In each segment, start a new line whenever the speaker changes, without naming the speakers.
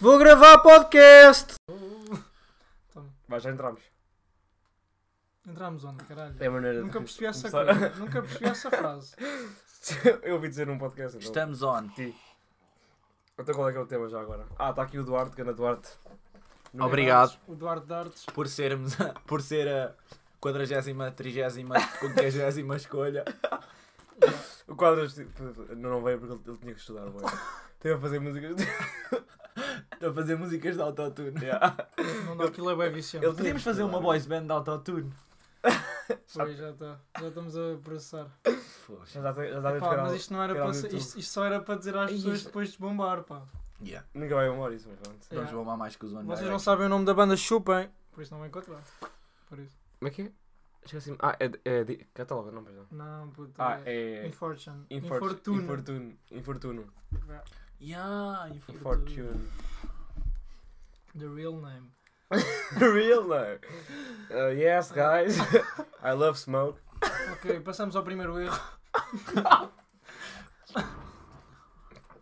Vou gravar podcast!
Vai, já entramos.
Entramos onde, caralho?
É a maneira
Nunca
de
percebi essa
começar.
coisa, nunca percebi essa frase.
Eu ouvi dizer num podcast. Então.
Estamos on.
Ti. Então qual é que é o tema já agora? Ah, está aqui o Duarte, Gana Duarte. Não é?
Obrigado
O Ah, Eduardo Dartes.
por sermos a- por ser a 40ª, 30ª, 50 escolha.
O quadro é tipo, não, não veio porque ele, ele tinha que estudar. Boy. Teve a fazer músicas.
Estou a fazer músicas de autotune.
Yeah.
Não dá aquilo é bem viciante.
Ele-
Podíamos fazer uma voice band de autotune.
Pois, já está. Já estamos a processar.
Já dá já tá dá a
Pá,
ver
mas isto não era
canal
para
do
ser-
YouTube.
isto, isto só era para dizer às
Ai,
pessoas
isto-
depois de bombar, pá.
Yeah.
Nunca vai embora isso, mas pronto.
Vamos
Yeah.
bombar é? mais que os One
Vocês não
Direction.
sabem o nome da banda Chupem, por isso não vão encontrar. Por isso.
Como é que é? Esqueci-me. Ah, é. é de... Catálogo, não, pois não.
Não, puta.
Ah,
é.
é.
Infortune.
Infor-
Infortune. É.
Infortuno. Infortuno.
Yeah, infortune.
Infortune.
The real name.
Real, no. Uh, yes, guys. I love smoke.
Ok, passamos ao primeiro erro.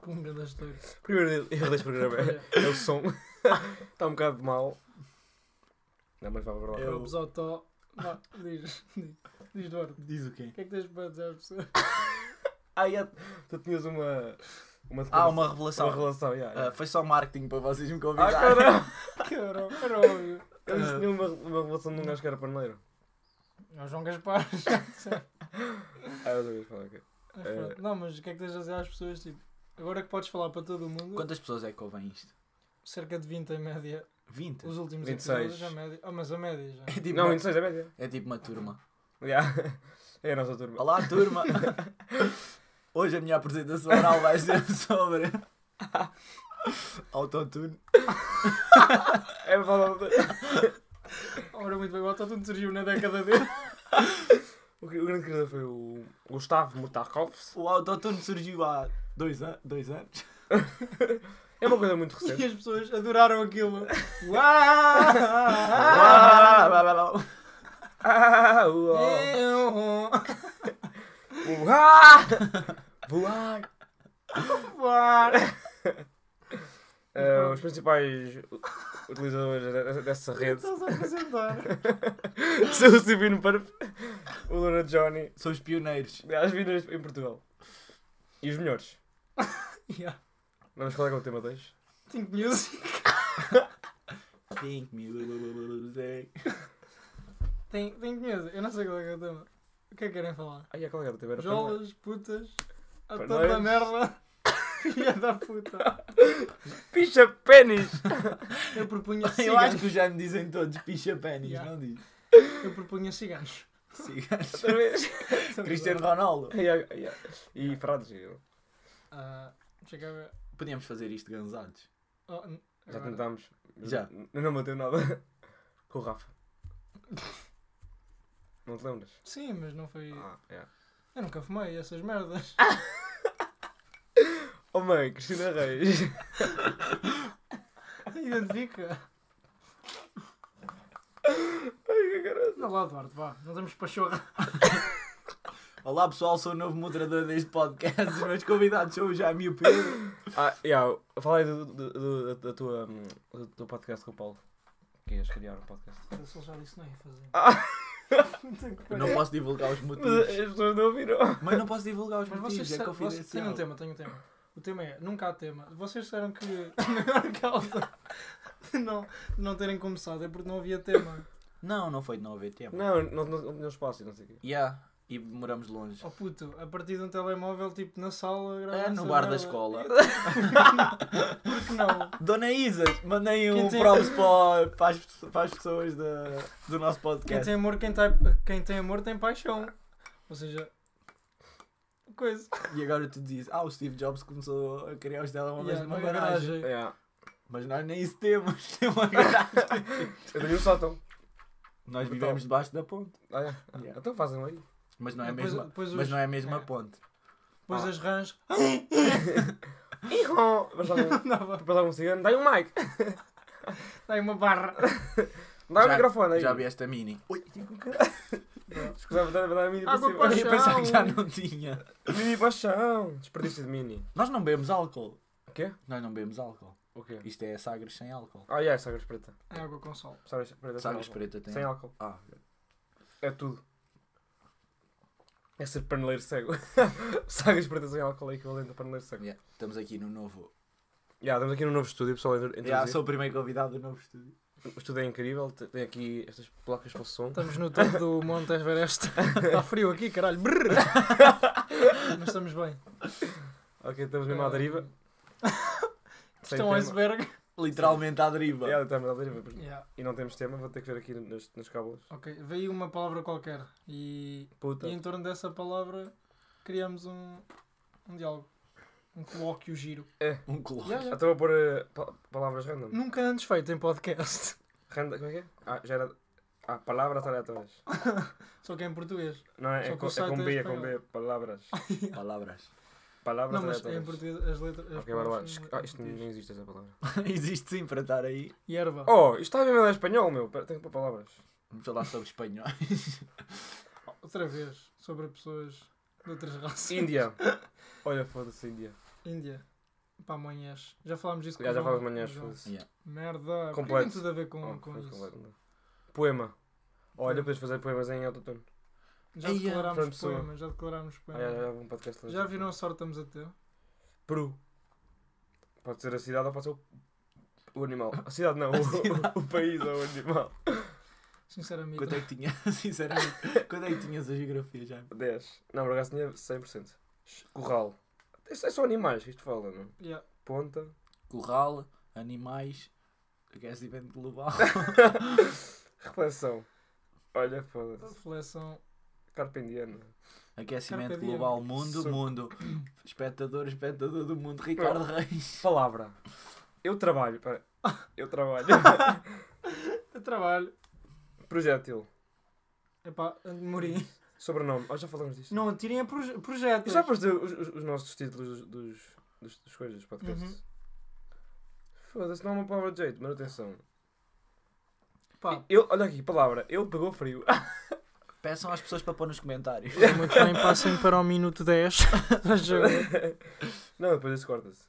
Punga das dois.
Primeiro erro deste programa é, é o som. Está um bocado mal. Não, mas vá para lá.
Eu-
Props ao Tó. Vá, diz, diz, diz Duarte.
Diz o quê?
O que é que tens para dizer às pessoas?
Ah, já, tu tinhas uma. uma
Ah, uma revelação.
relação. Uma relação, já. já.
Ah, foi só marketing para vocês me
Ah,
convidarem.
caralho!
Caramba, era óbvio.
Eu disse que tinha uma, uma relação de um gajo que era paneleiro.
É o João Gaspar. já sei.
Ah, eu sabia falar, ok.
Mas pronto. Não, mas o que é que tens a dizer às pessoas? Tipo, agora que podes falar para todo o mundo,
Quantas pessoas é que ouvem isto?
cerca de 20 em média.
20?
Os últimos
26.
episódios, a média. Ah, mas a média já.
É tipo,
Não,
uma,
26 é média.
é tipo uma turma.
Já. É a nossa turma.
Olá, turma! Hoje a minha apresentação oral vai ser sobre autotune.
É para falar. do-
Ora, muito bem, o Autotune surgiu na década dele.
O, que- o grande criador foi o Gustavo Mutakovs.
O autotune surgiu há dois, an dois anos.
É uma coisa muito recente.
E as pessoas adoraram aquilo.
Ah! Ah, uau.
Eu-
Voar! Voar!
Voar.
Ah, Eh, os principais u- utilizadores dessa- dessa rede
Estás a apresentar.
são o Silvino Parp, o Luna Johnny,
São os pioneiros.
as vindas em Portugal. E os melhores.
yeah.
Vamos falar com o tema 2.
Think Music
Think music.
tem, tem Music, eu não sei qual é que é o tema. O que é que querem falar?
Ai, qual era o tema? Era paneleiro.
Jolas, putas, a
Para
tanta
é?
nós.
merda, filha da puta.
Picha pênis!
Eu propunha
Eu acho
ciganos.
que já me dizem todos picha pênis,
Yeah.
não diz?
Eu propunha ciganos.
Ciganos.
Outra vez.
Cristiano Ronaldo.
Ai, ai, ai, ai. E Frades. Já
Ah, chega a ver.
Podíamos fazer isto gansados.
Oh, n- agora.
tentámos.
Já.
N- Não bateu nada. Com o Rafa. Não te lembras?
Sim, mas não foi.
Ah, é.
Eu nunca fumei essas merdas.
Oh mãe, Cristina Reis.
Identifica.
Ai, que caralho.
Não lá, Eduardo, vá. Não temos pachorra.
Olá pessoal, sou o novo moderador deste podcast. Os meus convidados são o Jaime e o Pedro.
Ah, yeah, falei do, do- do- da tua, hum, do teu podcast com o Paulo. Que ias criar um podcast.
Eu só já disse que não ia fazer.
Ah.
Puta que
Eu não
pariu.
posso divulgar os
Mas
motivos.
as pessoas não ouviram.
Mas não posso divulgar os
Mas
motivos,
vocês
é
disseram. vocês- Tenho
confidencial.
um tema, tenho um tema. O tema é: nunca há tema. Vocês disseram que a maior causa de não, de não terem começado é porque não havia tema.
Não, não foi de não haver tema.
Não, não, não, não tinha espaço e não sei o quê.
Yeah, e moramos longe.
Oh puto, a partir de um telemóvel, tipo na sala, grava
É, no bar da escola.
Porque não?
Dona Isa, mandei
Quem
um
tem-
props para, para, as, para as pessoas da, do nosso
Quem
podcast.
tem amor, quem, tá, quem tem amor tem paixão. Ou seja, coisa.
E agora tu dizes, ah, o Steve Jobs começou a criar os telemóveis
Yeah,
numa
na
Oh, garagem. É,
Yeah.
Mas nós nem isso temos, tem uma garagem.
Eu tenho um sótão.
nós vivemos debaixo da ponte.
Ah, yeah. Ah,
Yeah.
Então fazem aí.
Mas não é a
Depois-
mesma,
depois
mas
os-
não é a mesma
é.
ponte.
Depois as rãs.
Mas lá
Dava-
para dar um cigano, dá um mic.
Dá aí é uma barra.
Dá
Já-
um microfone aí.
Já vi esta mini. Ui,
Escusava de dar a mini para
Água
cima.
para
eu pensava que já
Paixão.
não tinha.
Mini paixão. Desperdício de mini.
Nós não bebemos álcool.
O quê?
Nós não bebemos álcool.
O quê?
Isto é Sagres sem álcool.
Ah, yeah, é Sagres Preta.
É água com sol.
Sagres Preta sem
Sagres
álcool.
preta tem.
Sem álcool.
Ah,
É tudo. É ser paneleiro cego. Sagres Preta sem álcool é equivalente a paneleiro cego.
yeah. Estamos aqui no novo.
Yeah, estamos aqui num novo estúdio, pessoal. Entre, entre
Yeah, sou o primeiro convidado do novo estúdio.
O estúdio é incrível, te- tem aqui estas placas para o som.
Estamos no topo do Monte Everest. Está frio aqui, caralho. Brrr. Mas estamos bem.
Ok, estamos mesmo à deriva.
Estão
Sem tema.
é um iceberg.
Literalmente à deriva.
Yeah, estamos à deriva. pois-
Yeah.
E não temos tema, vou ter que ver aqui nas, nas cábulas.
Ok, veio uma palavra qualquer e,
Puta.
e em torno dessa palavra criamos um, um diálogo. Um colóquio giro.
Um clone.
Yeah, yeah.
Estou a pôr eh, pa- palavras random.
Nunca antes feito em podcast.
Random, como é que é? Ah, já era. Ah, palavras aleatórias.
Só que é em português.
Não, é,
Só
é,
que
com,
o
é
site
com
é
B, é com
espanhol.
B. Palavras.
Palavras.
Palavras
Não, mas é em
aleatórias.
português as letras. As
ok, bora lá.
palavras são
Ah,
em
isto
português.
nem existe essa palavra.
Existe sim para estar aí.
E erva.
Oh, isto está a ver em espanhol, meu. Pera, Tenho que pôr palavras.
Vamos falar sobre espanhol.
Outra vez. Sobre pessoas de outras raças.
Índia. Olha, foda-se, Índia.
Índia. Pá, manhãs. Já falámos disso
Já, já
o
falas
João.
manhãs,
O João.
foda-se.
Yeah.
Merda. Completo.
Completo.
tem tudo a ver com,
Oh,
com
foi
isso?
completamente. Poema. Olha,
Poema.
podes fazer poemas em autotune.
Já
Ei,
declarámos
Fernando Pessoa.
poemas, já declarámos
Ah, já,
poemas.
já, um podcast lá.
Já viram a sorte estamos a ter?
Peru. Pode ser a cidade ou pode ser o, o animal. A cidade não, o, o país ou o animal.
Sinceramente.
Quanto é que tinha, sinceramente, quanto é que tinhas a geografia já?
10. Não, por acaso tinha 100%. Corral. Isto é só animais que isto fala, não?
Yeah.
Ponta.
Corral, animais, aquecimento global.
Reflexão. Olha, foda-se.
Reflexão.
Carpa indiana.
Aquecimento
Carpe diem.
global, mundo,
Sou-
mundo. Espectador, espectador do mundo, Ricardo
Oh.
Reis.
Palavra. Eu trabalho. Pera. Eu trabalho.
Eu É trabalho.
Projétil.
Epá, morri.
Sobrenome. Oh, já falamos disto.
Não, tirem a proje projetos.
E já apareceu os, os, os nossos títulos dos, dos, dos, dos coisas, dos podcasts?
Uhum.
Foda-se, não é uma palavra de jeito, manutenção.
Pá,
Ele, olha aqui, palavra, ele pegou frio.
Peçam às pessoas para pôr nos comentários.
muito bem, passem para o minuto 10.
não, depois esse corta-se.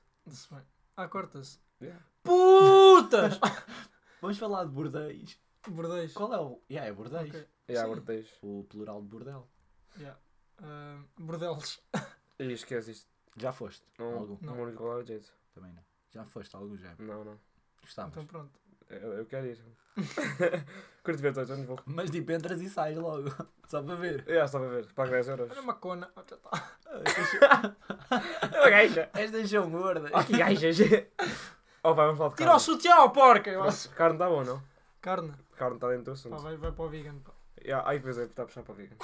ah, corta-se.
Yeah.
Putas!
Vamos falar de bordéis.
Bordéis.
Qual é o. Yeah, é bordéis.
Ok.
E há
Sim.
bordéis.
tipo, O plural de bordel.
Yeah. Ah, bordelos.
E esquece isto.
Já foste?
Não,
Algum?
não é
Não.
uma única palavra de jeito.
Também não. Já foste, algum já.
Não, não.
Gostavas.
Então pronto.
Eu, eu quero ir. Quando tiver 18 anos vou.
Mas tipo, entras e sais logo. Só para ver.
Já estava a ver, pago 10 euros.
Olha uma cona. Ah, já tá.
É uma gaja!
Estas são gordas.
Oh, que gajas! oh, vai, vamos falar de
Tira o
carne.
sutiã, ó porca!
Carne está bom, não?
Carne.
Carne está dentro do assunto.
Pá, vai, vai para o vegan. Pá.
E há- Ai, pois é, está a puxar para a vegan.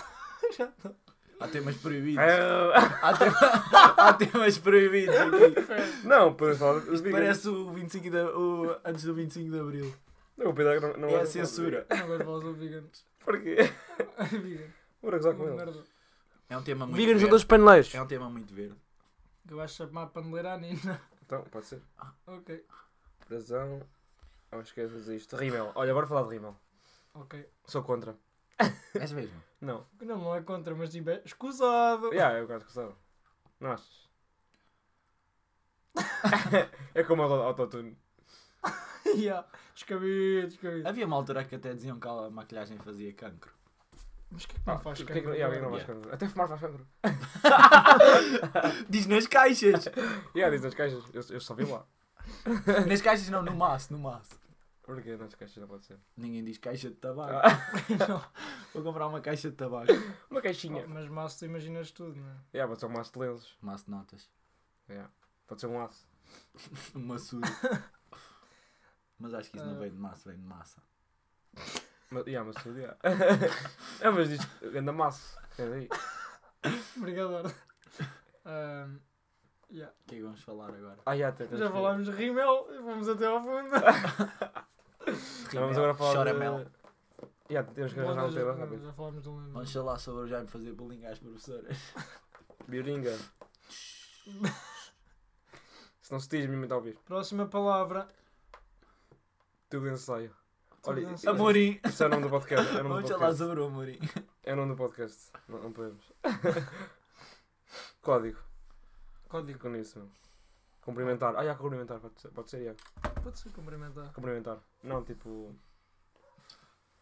Já tá.
Há temas proibidos.
Ah,
Há, tema- há temas proibidos aqui.
não, podemos falar dos vegan.
Parece o 25 de... o... antes do 25 de Abril.
Não, o Pedro não, não
É a
era-
censura.
Não gosto de falar sobre veganos.
Porquê?
vegan.
Vou gozar com
Uma
ele.
merda.
É um tema muito
Veganos
verde.
são todos paneleiros.
É um tema muito verde.
Eu acho chamar paneleira à Nina.
Então, pode ser.
Ok.
Brasão. Não esqueças é isto. Rímel. Olha, bora falar de rímel.
Ok.
Sou contra.
És mesmo?
Não.
Não, não é contra, mas tipo, é escusado.
Yeah, eu gosto que sabe. Não achas? é como o autotune.
yeah. Descabido, descabido.
Havia uma altura que até diziam que a maquilhagem fazia cancro.
Mas o que é que não faz
Porquê ah, que não-
cancro?
yeah, não
agora?
faz cancro? Até fumar faz cancro.
Diz nas caixas!
Yeah, diz nas caixas. Eu, eu só vi lá.
nas caixas não, no maço, no maço.
Porquê nas caixas não pode ser?
Ninguém diz caixa de tabaco.
Ah,
Vou comprar uma caixa de tabaco.
uma caixinha.
Oh, mas massa, tu imaginas tudo, não é?
Yeah, pode ser um maço de lenços.
Maço de notas.
Yeah. Pode ser um aço.
Uma surda. Mas acho que isso não
Ah.
vem de massa, vem de massa.
Mas, yeah, mas tudo, yeah. é, mas diz anda maço. Quer dizer,
Obrigado. Arda. Ahm, yeah.
O que é que vamos falar agora?
Ah, yeah, tem- temos
Já
que-
falámos de rímel, vamos até ao fundo.
Já vamos agora falar
Chora
de...
mel.
Já, temos que arranjar um tema
já,
rápido.
já falámos de um lembro.
Vamos falar sobre o Jaime fazer bullying às professoras.
Bioringa. Se não se diz, mesmo está a ouvir.
Próxima palavra.
Tudo ensaio.
Tudo
Olha,
ensaio.
Amorim!
Isso é o nome do podcast. É o nome
Vamos
do
falar
podcast.
sobre o Amorim.
É o nome do podcast. Não, não podemos. Código.
Código.
Fico nisso, meu. Cumprimentar. Ah, já, cumprimentar, pode ser, pode ser, já.
Pode ser cumprimentar.
Cumprimentar. Não, tipo.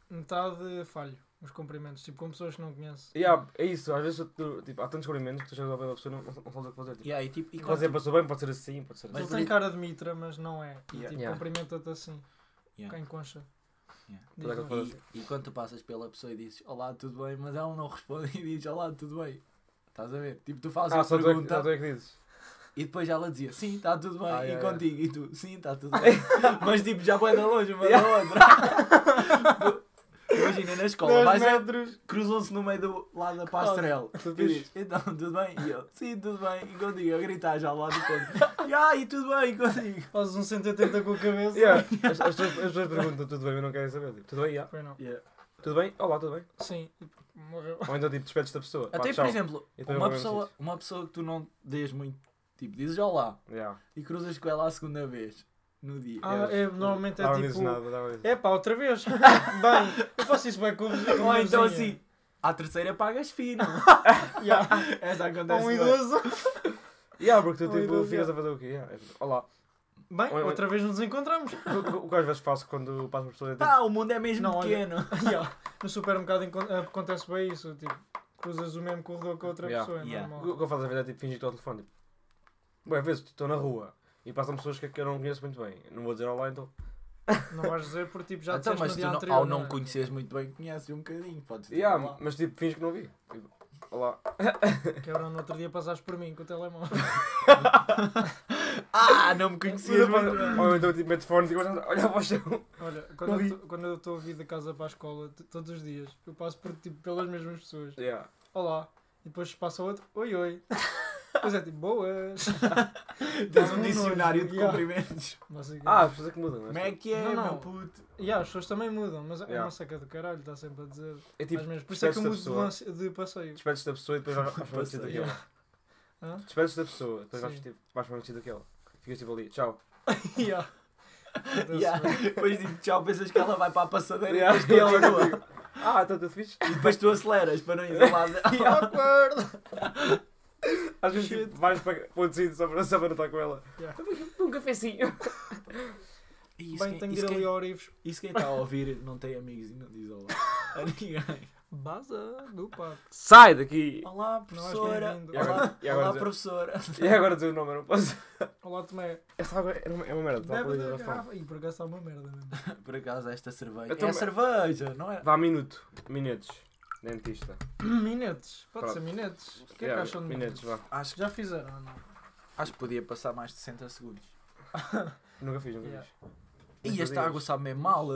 Metade falho. Os cumprimentos, tipo com pessoas que não conheço.
Yeah, é isso, às vezes tu- tipo, há tantos cumprimentos que tu chegas ao pé da pessoa e não, não, não sabes o que fazer. Tipo,
Yeah, e tipo, e
pode
quando,
ser passou bem, pode ser assim, pode ser
Mas
Ele
assim.
por
tem
isso-
cara de mitra, mas não é. E,
Yeah.
Tipo,
Yeah.
cumprimenta-te assim.
Yeah.
Cá em concha.
Yeah.
Diz
Toda
lá.
aquela coisa.
e, e quando tu passas pela pessoa e dizes Olá, tudo bem? Mas ela não responde e diz Olá, tudo bem? Estás a ver? Tipo, tu fazes
Ah,
a
só tu é que-
pergunta
só tu é que dizes.
e depois ela dizia Sim, está tudo bem.
Ah,
e
yeah,
contigo? E tu? Sim, está tudo bem. Mas tipo, já vai da longe uma da outra. Tu- Imagina na escola,
Dez
vais a-
metros.
cruzam-se no meio do lado da pastorela. Tu dizes, então, tudo bem? E eu, sim, tudo bem. E contigo, eu gritar já ao lado do canto. E ah, e tudo bem, e contigo.
Fazes um 180 com a cabeça.
Yeah, As as pessoas as pessoas perguntam tudo bem, mas não querem saber. Tipo, tudo bem, yeah.
Pois não.
Yeah.
Tudo bem? Olá, tudo bem?
Sim. e Morreu.
Ou então tipo, despedes da pessoa. Pá,
Até, por
tchau.
exemplo,
E depois
uma
vai ao mesmo
pessoa,
sítio.
uma pessoa que tu não dês muito, tipo, dizes olá
Yeah.
e cruzas com ela a segunda vez no dia.
Ah, é, normalmente é
Não dizes
tipo.
nada, não dizes.
É pá, outra vez. bem, eu faço isso bem com o vizinho.
Ou então
vizinha.
assim, à terceira pagas fino.
assim.
Yeah.
Essa
Há um
É, acontece. bem.
idoso. É.
Yeah, porque tu
Ou
tipo,
idoso,
ficas
yeah.
a fazer o quê? Yeah, é tipo, Olá.
Bem,
Ou- ou-
outra vez nos encontramos.
O- O o que às vezes faço quando passo por pessoas é tipo,
Tá, o mundo é mesmo
Não, olha-
pequeno.
Yeah. No supermercado encon- eh, acontece bem isso, tipo, cruzas o mesmo corredor com outra
Yeah.
pessoa, é
Yeah.
normal.
O que eu faço às vezes é tipo fingir que estou ao telefone. Tipo, Bem, às vezes estou na rua e passam pessoas que que eu não conheço muito bem. Não vou dizer olá então.
Não vais dizer porque tipo, já
então,
disseste
mas
no
tu
dia
não,
anterior.
ao não
é?
conheceres muito bem, conheces um bocadinho. Podes dizer
Yeah,
olá.
mas tipo, finge que não vi. Tipo, olá.
Que era no outro dia passaste por mim com o telemóvel.
Ah, não me
é
conhecias muito bem.
Ou então tipo, metes fones e começas a olhar para o chão.
Olha,
Não
quando
vi.
eu tô- quando eu estou a vir da casa para a escola, t- todos os dias, eu passo por, tipo, pelas mesmas pessoas.
Yeah.
Olá. E depois passa outro, oi oi. Pois é, tipo, boas.
Tens
Dá
um
nojo.
dicionário de
Yeah.
cumprimentos.
Não sei o quê.
Ah, as pessoas é que mudam. mas,
Como é
tipo,
que é,
Não, não.
meu puto?
Yeah, as pessoas também mudam, mas é
Yeah.
uma seca do caralho, está sempre a dizer.
É tipo,
mais menos. Por isso é que eu mudo
despedes-te
de,
da pessoa.
lance- de passeio.
despedes da pessoa e depois vais vais para o vestido daquela.
Hã?
Despedes da pessoa, depois vais
Sim.
tipo, vais para o vestido daquela. Ficas tipo ali, tchau.
Yeah. Acontece
Yeah.
bem.
Depois digo tchau, pensas que ela vai para a passadeira
Yeah,
e
e ela
depois continua.
contigo. Ah, então tu fixe.
E depois tu aceleras para não ir do lado.
E awkward! Às vezes tipo, vais para para o tecido só para, só para não estar com ela.
Yeah.
Um cafezinho.
Isso
Bem,
quem-
tenho que
isso é-
ir ali
quem-
ao Orives.
isso quem está a ouvir não tem amigos e não diz olá a ninguém.
Baza do parque.
Sai daqui!
Olá, professora.
bem-vindo.
E agora-
Olá,
e agora
olá
dizer-
professora.
E agora dizer o nome, eu não posso.
Olá, Tomé.
Essa água é uma, é uma merda, está
Bebe
polida
da
da fome.
garrafa. Ih, por acaso está uma merda mesmo.
Por acaso, esta cerveja.
Então-
é cerveja, não é?
Vá, minuto. Minutos. Dentista.
Minetes. Pode
Pronto.
ser Minetes. O que é que
Yeah,
acham de
Minutos,
Minetes?
vá.
Acho,
Já fizeram, ou não?
acho que podia passar mais de 60 segundos.
Nunca fiz, nunca
Yeah.
fiz.
E esta água sabe mesmo mal.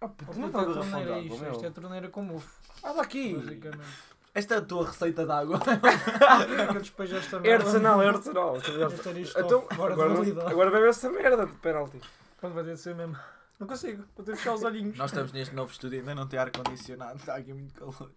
Oh,
não
puta,
está a
torneira
falar
é
de
isto.
água,
Isto
meu.
é torneira com mofo,
Olha Ah, aqui!
basicamente.
Esta é a tua receita de água.
Como é que eu despejo esta
É
merda?
artesanal, é artesanal.
Este era isto.
Então,
Fora
agora,
de validade.
agora bebe essa merda de penalti.
Quando vai ter de ser mesmo? Não consigo. Vou ter de fechar os olhinhos.
Nós estamos neste novo estúdio e ainda não tem ar-condicionado. Está aqui muito calor.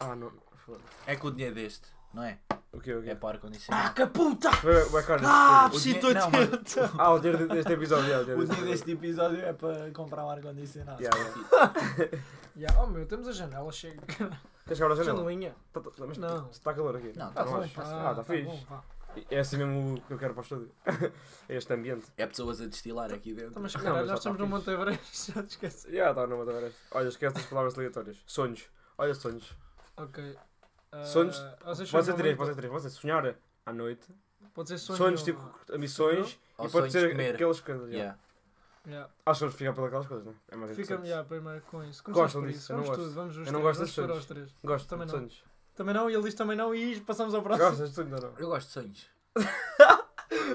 Ah, não. Foda-se.
É que o dinheiro deste, não é?
O quê, o quê?
É para ar-condicionado.
Ah,
Que puta!
Vai- vai caro.
Ah,
O
preciso de
dinheiro- não, mas-
80!
Ah, o dinheiro deste episódio. é, o dinheiro
O dinheiro
deste
deste episódio é para comprar um ar-condicionado.
Yeah, yeah.
Yeah, Oh meu, temos a janela, chega.
Queres quebrar a janela?
Janelinha.
Tá- tá- Mas
Não.
está calor aqui.
Não, tá
Tá bom,
acho.
pá,
Ah,
tá
está
bom,
fixe.
vá.
É assim mesmo o que eu quero para o estúdio. É este ambiente.
É pessoas a destilar aqui
Então,
dentro.
mas
Não,
caralho,
mas já
nós estamos
tá
no
fixe.
Monte Everest, já te esqueci.
Já está numa tarefa. Olha, esquece as palavras aleatórias. Sonhos. Olha, sonhos.
Ok.
Sonhos-
Ah, vocês
Pode ser
sonham
três,
muito?
pode ser três. Pode ser sonhar à noite.
Pode ser sonho.
Sonhos tipo ambições.
Ou
E pode
sonhos
ser
de comer.
aquelas coisas. já.
Yeah.
Yeah.
Acho que vamos ficar pelas coisas, né? É mais
Fica
interessante.
melhor primeiro com isso. Começamos
Gostam
por
disso,
isso.
eu não
Vamos
gosto.
tudo, vamos os
Eu não
três,
gosto
vamos
de
pôr
sonhos.
aos três.
Gosto
Também
de
não.
sonhos.
Também não, e eles também não, e passamos ao próximo.
Gostas de sonhos ou não?
Eu gosto de sonhos.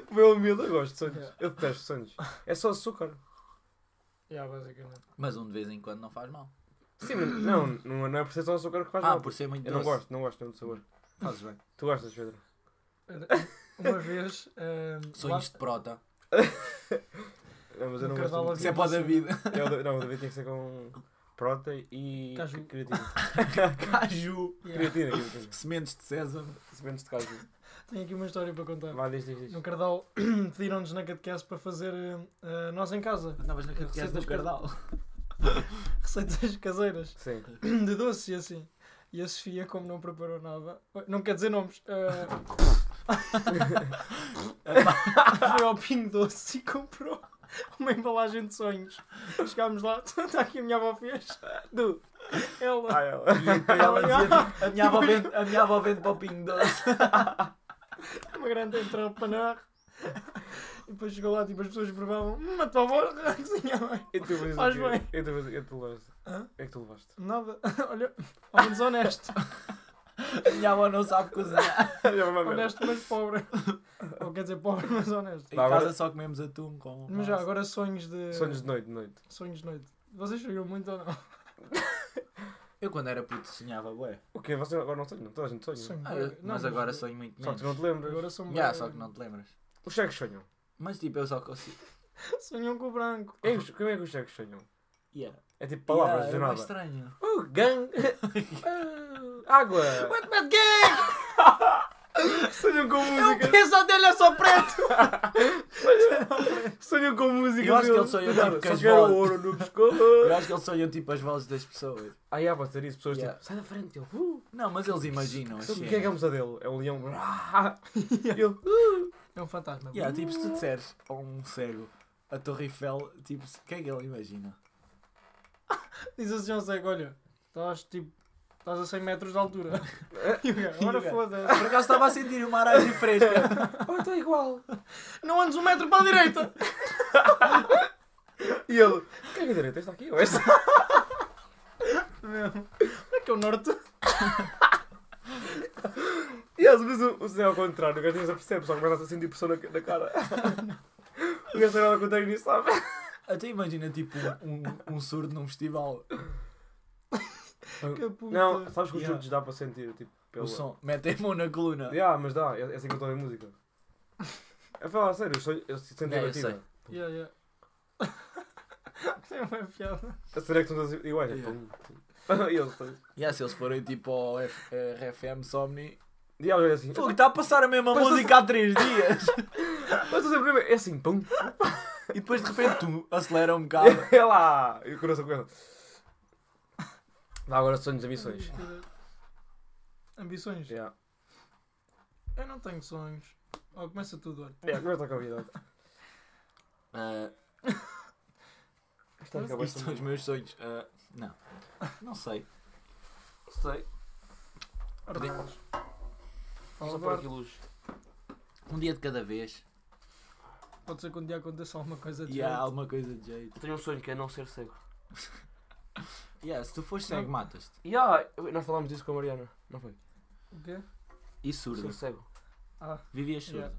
Meu humilde, eu gosto de sonhos.
Yeah.
Eu detesto sonhos. É só açúcar.
Yeah, basicamente.
Mas um de vez em quando não faz mal.
Sim, mas não, não não é por ser só açúcar que faz
Ah,
mal.
por ser muito
Eu não
doce.
gosto, não gosto mesmo de sabor.
Fazes bem.
Tu gostas, Pedro?
Eh, Uma vez. ah,
Sonhos de prota.
Não, mas eu
Um
não
cavalo
gosto.
Isso é para o David.
muito. Eu- não, o David tem que ser com prota e
Caju.
creatina.
Caju.
lá- yeah.
Creatina, creatina.
Sementes de sésamo.
Sementes de caju.
Tenho aqui uma história para contar.
Vá, diz, diz, diz.
No Cardal pediram-nos na catequese para fazer ah, ah, nós em casa.
Andavas na catequese
Receitas
do cardal.
Receitas caseiras.
Sim.
de doce e assim. E a Sofia, como não preparou nada, não quer dizer nomes, eh, Foi ao Pingo Doce e comprou uma embalagem de sonhos. Chegámos lá, está aqui a minha avó fez. Du, ela.
Ai, ela.
E depois ela dizia: tipo, A minha avó vende- a minha avó vende popinho doce.
Uma grande entrou para panar. E depois chegou lá, tipo, as pessoas provavam. Hum, a tua avó cozinha bem.
E tu fazes o
Faz
quê?
bem.
E tu fazes- e tu levaste?
Hã?
É que tu levaste.
Nada. Olha, ao menos honesto.
A minha avó não sabe cozinhar.
Já vai ver.
Honesto, mas pobre. Ou quer dizer, pobre, mas honesto.
Em
Não, agora-
casa só comemos atum com.
Mas já, agora sonhos de.
Sonhos de noite, de noite.
Sonhos de noite. Vocês sonham muito ou não?
Eu quando era puto sonhava, ué.
O quê? Você agora não sonha? Toda a gente sonha.
Sonho.
Ah,
bué. Não,
mas agora sonho muito
Só
menos.
que tu não te lembras.
Agora um são
Já,
bué-
só que não te lembras.
Os cheques sonham.
Mas tipo, eu só consigo.
Sonham com o branco.
É, os- como é que os cheques sonham?
Yeah.
É tipo palavras
Yeah,
de
é mais
nada.
estranho.
Uh, gang. Uh, água.
um
What bad gay?
Sonham com
Eu
música.
penso dele é só preto!
Sonham com música.
Eu acho que
meu.
ele sonhou
Claro,
tipo com
Só
as
tiveram
vozes.
ouro no
Eu
pescoço.
acho que eles sonham tipo as vozes das pessoas.
Ah, yeah, pode ser isso. Pessoas
Yeah.
tipo, sai da frente. Ele, uh.
Não, mas eles imaginam as
O que é que é um
cenas.
pesadelo? É um leão. E ele, uh.
É um fantasma.
Yeah, tipo, se tu disseres a um cego a Torre Eiffel, tipo, o que é que ele imagina?
Diz assim ao cego, olha, estás tipo. Estás a 100 metros de altura. E o gajo,
É. E
Ora
o gajo. "Ah, tá
foda-se.
Por acaso estava a sentir uma aragem fresca.
Oh, está igual.
Não andes um metro para a direita!
E ele, o que é que é direito? Este aqui ou este?
Meu. Não é que é o norte?
E às vezes o, o Zé ao contrário, o gajo nem se apercebe, só começa a sentir pressão na, na cara. o gajo olha ao contrário e nem sabe.
Até imagina, tipo, um, um surdo num festival.
Que puta.
Não, sabes que os
Yeah.
surdos dá para sentir, tipo, pelo...
O som. Metem a mão na coluna.
Yeah, mas dá, é, é assim que eu estou a ver música. É falar a sério, eu, sou- eu sinto
Não,
a
eu
batida.
Yeah, yeah. Tem uma piada.
A sério é que são todas iguais. é
Yeah.
pum, pum. E eles têm...
E yeah, se eles forem tipo ao F- RFM Somni.
E eles olham assim...
Fogo, está a passar a mesma
Mas-
música há 3 dias.
Mas sempre primeiro, é assim, pum.
e depois de repente tu acelera um bocado.
É lá! E o coração começa... Dá agora sonhos e ambições.
Ambições?
Yeah.
Eu não tenho sonhos. Oh, começa tudo, olha.
Yeah, começa a convidar.
Ah,
Isto acaba
isto são os meus sonhos. Ah, não. Não sei.
Sei.
Ora,
Pedi-
vamos. Fala,
Só por
Eduardo.
aqui luz.
Um dia de cada vez.
Pode ser que um dia aconteça alguma coisa de
E há
jeito.
alguma coisa de jeito.
Eu tenho um sonho que é não ser cego.
Yeah, se tu fores cego, matas-te.
E ah, nós falámos disso com a Mariana, não foi?
O quê?
E
Ser
surdo.
cego.
Ah,
Vivias surdo.
Yeah.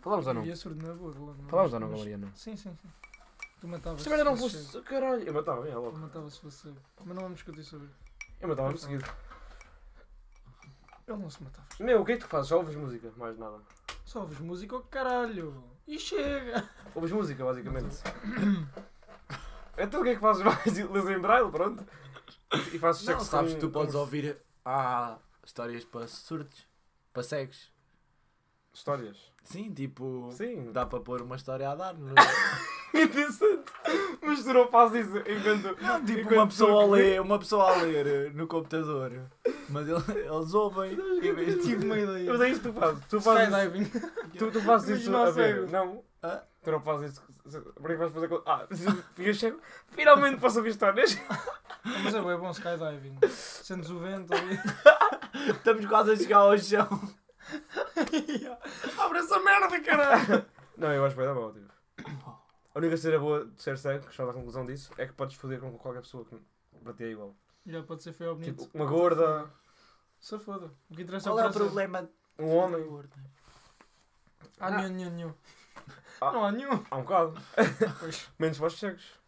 Falámos ou não?
vivia surdo na boa. não-
Falámos ou não com a
mas-
Mariana?
Sim, sim, sim. Tu matavas
Esta merda não
se
fosse.
cego.
Caralho. Eu matava, é
Tu
logo.
matavas se fosse cego. Mas não vamos discutir sobre isso.
Eu matava-me seguido.
Ele não se matava.
Meu, o que é que tu fazes? Só ouves música, mais nada.
Só ouves música, oh caralho. E chega.
Ouves música, basicamente. então o que é que fazes mais? Lês em braille, pronto. E fazes
Não,
sexo
sabes,
com-
tu podes
com
ouvir há histórias para surdos, para cegos.
Histórias.
Sim, tipo,
Sim.
dá para pôr uma história a dar. Não, é?
Interessante. Mas tu não fazes isso enquanto.
Não, tipo,
enquanto
uma pessoa a
tu-
ler, uma pessoa a ler eh, no computador. Mas ele- eles ouvem. em vez
é Eu
de-
tive uma
Mas é
ideia.
isso que tu fazes. Tu fazes,
Skydiving.
tu, tu fazes isso
Imagina
a
o
ver.
cego.
Não. Ah.
Hã?
Tu não fazes isso. Por que vais fazer com. Ah, ficas cego. Finalmente posso ouvir histórias.
Ah, Mas é bué bom skydiving. Sentes o vento ali.
Estamos quase a chegar ao chão.
Abre essa merda, caralho.
Não, eu acho que vai dar mal, tipo. A única cena boa de ser cego, chegando à conclusão disso, é que podes foder com qualquer pessoa que para ti é igual.
Já pode ser feio ou bonito.
Tipo, uma gorda,
Se foda. O que interessa
Qual é o
prazer.
problema?
um homem.
Há nenhum, nenhum, nenhum.
Ah.
Não há nenhum.
Há um bocado.
Pois.
Menos para os cegos.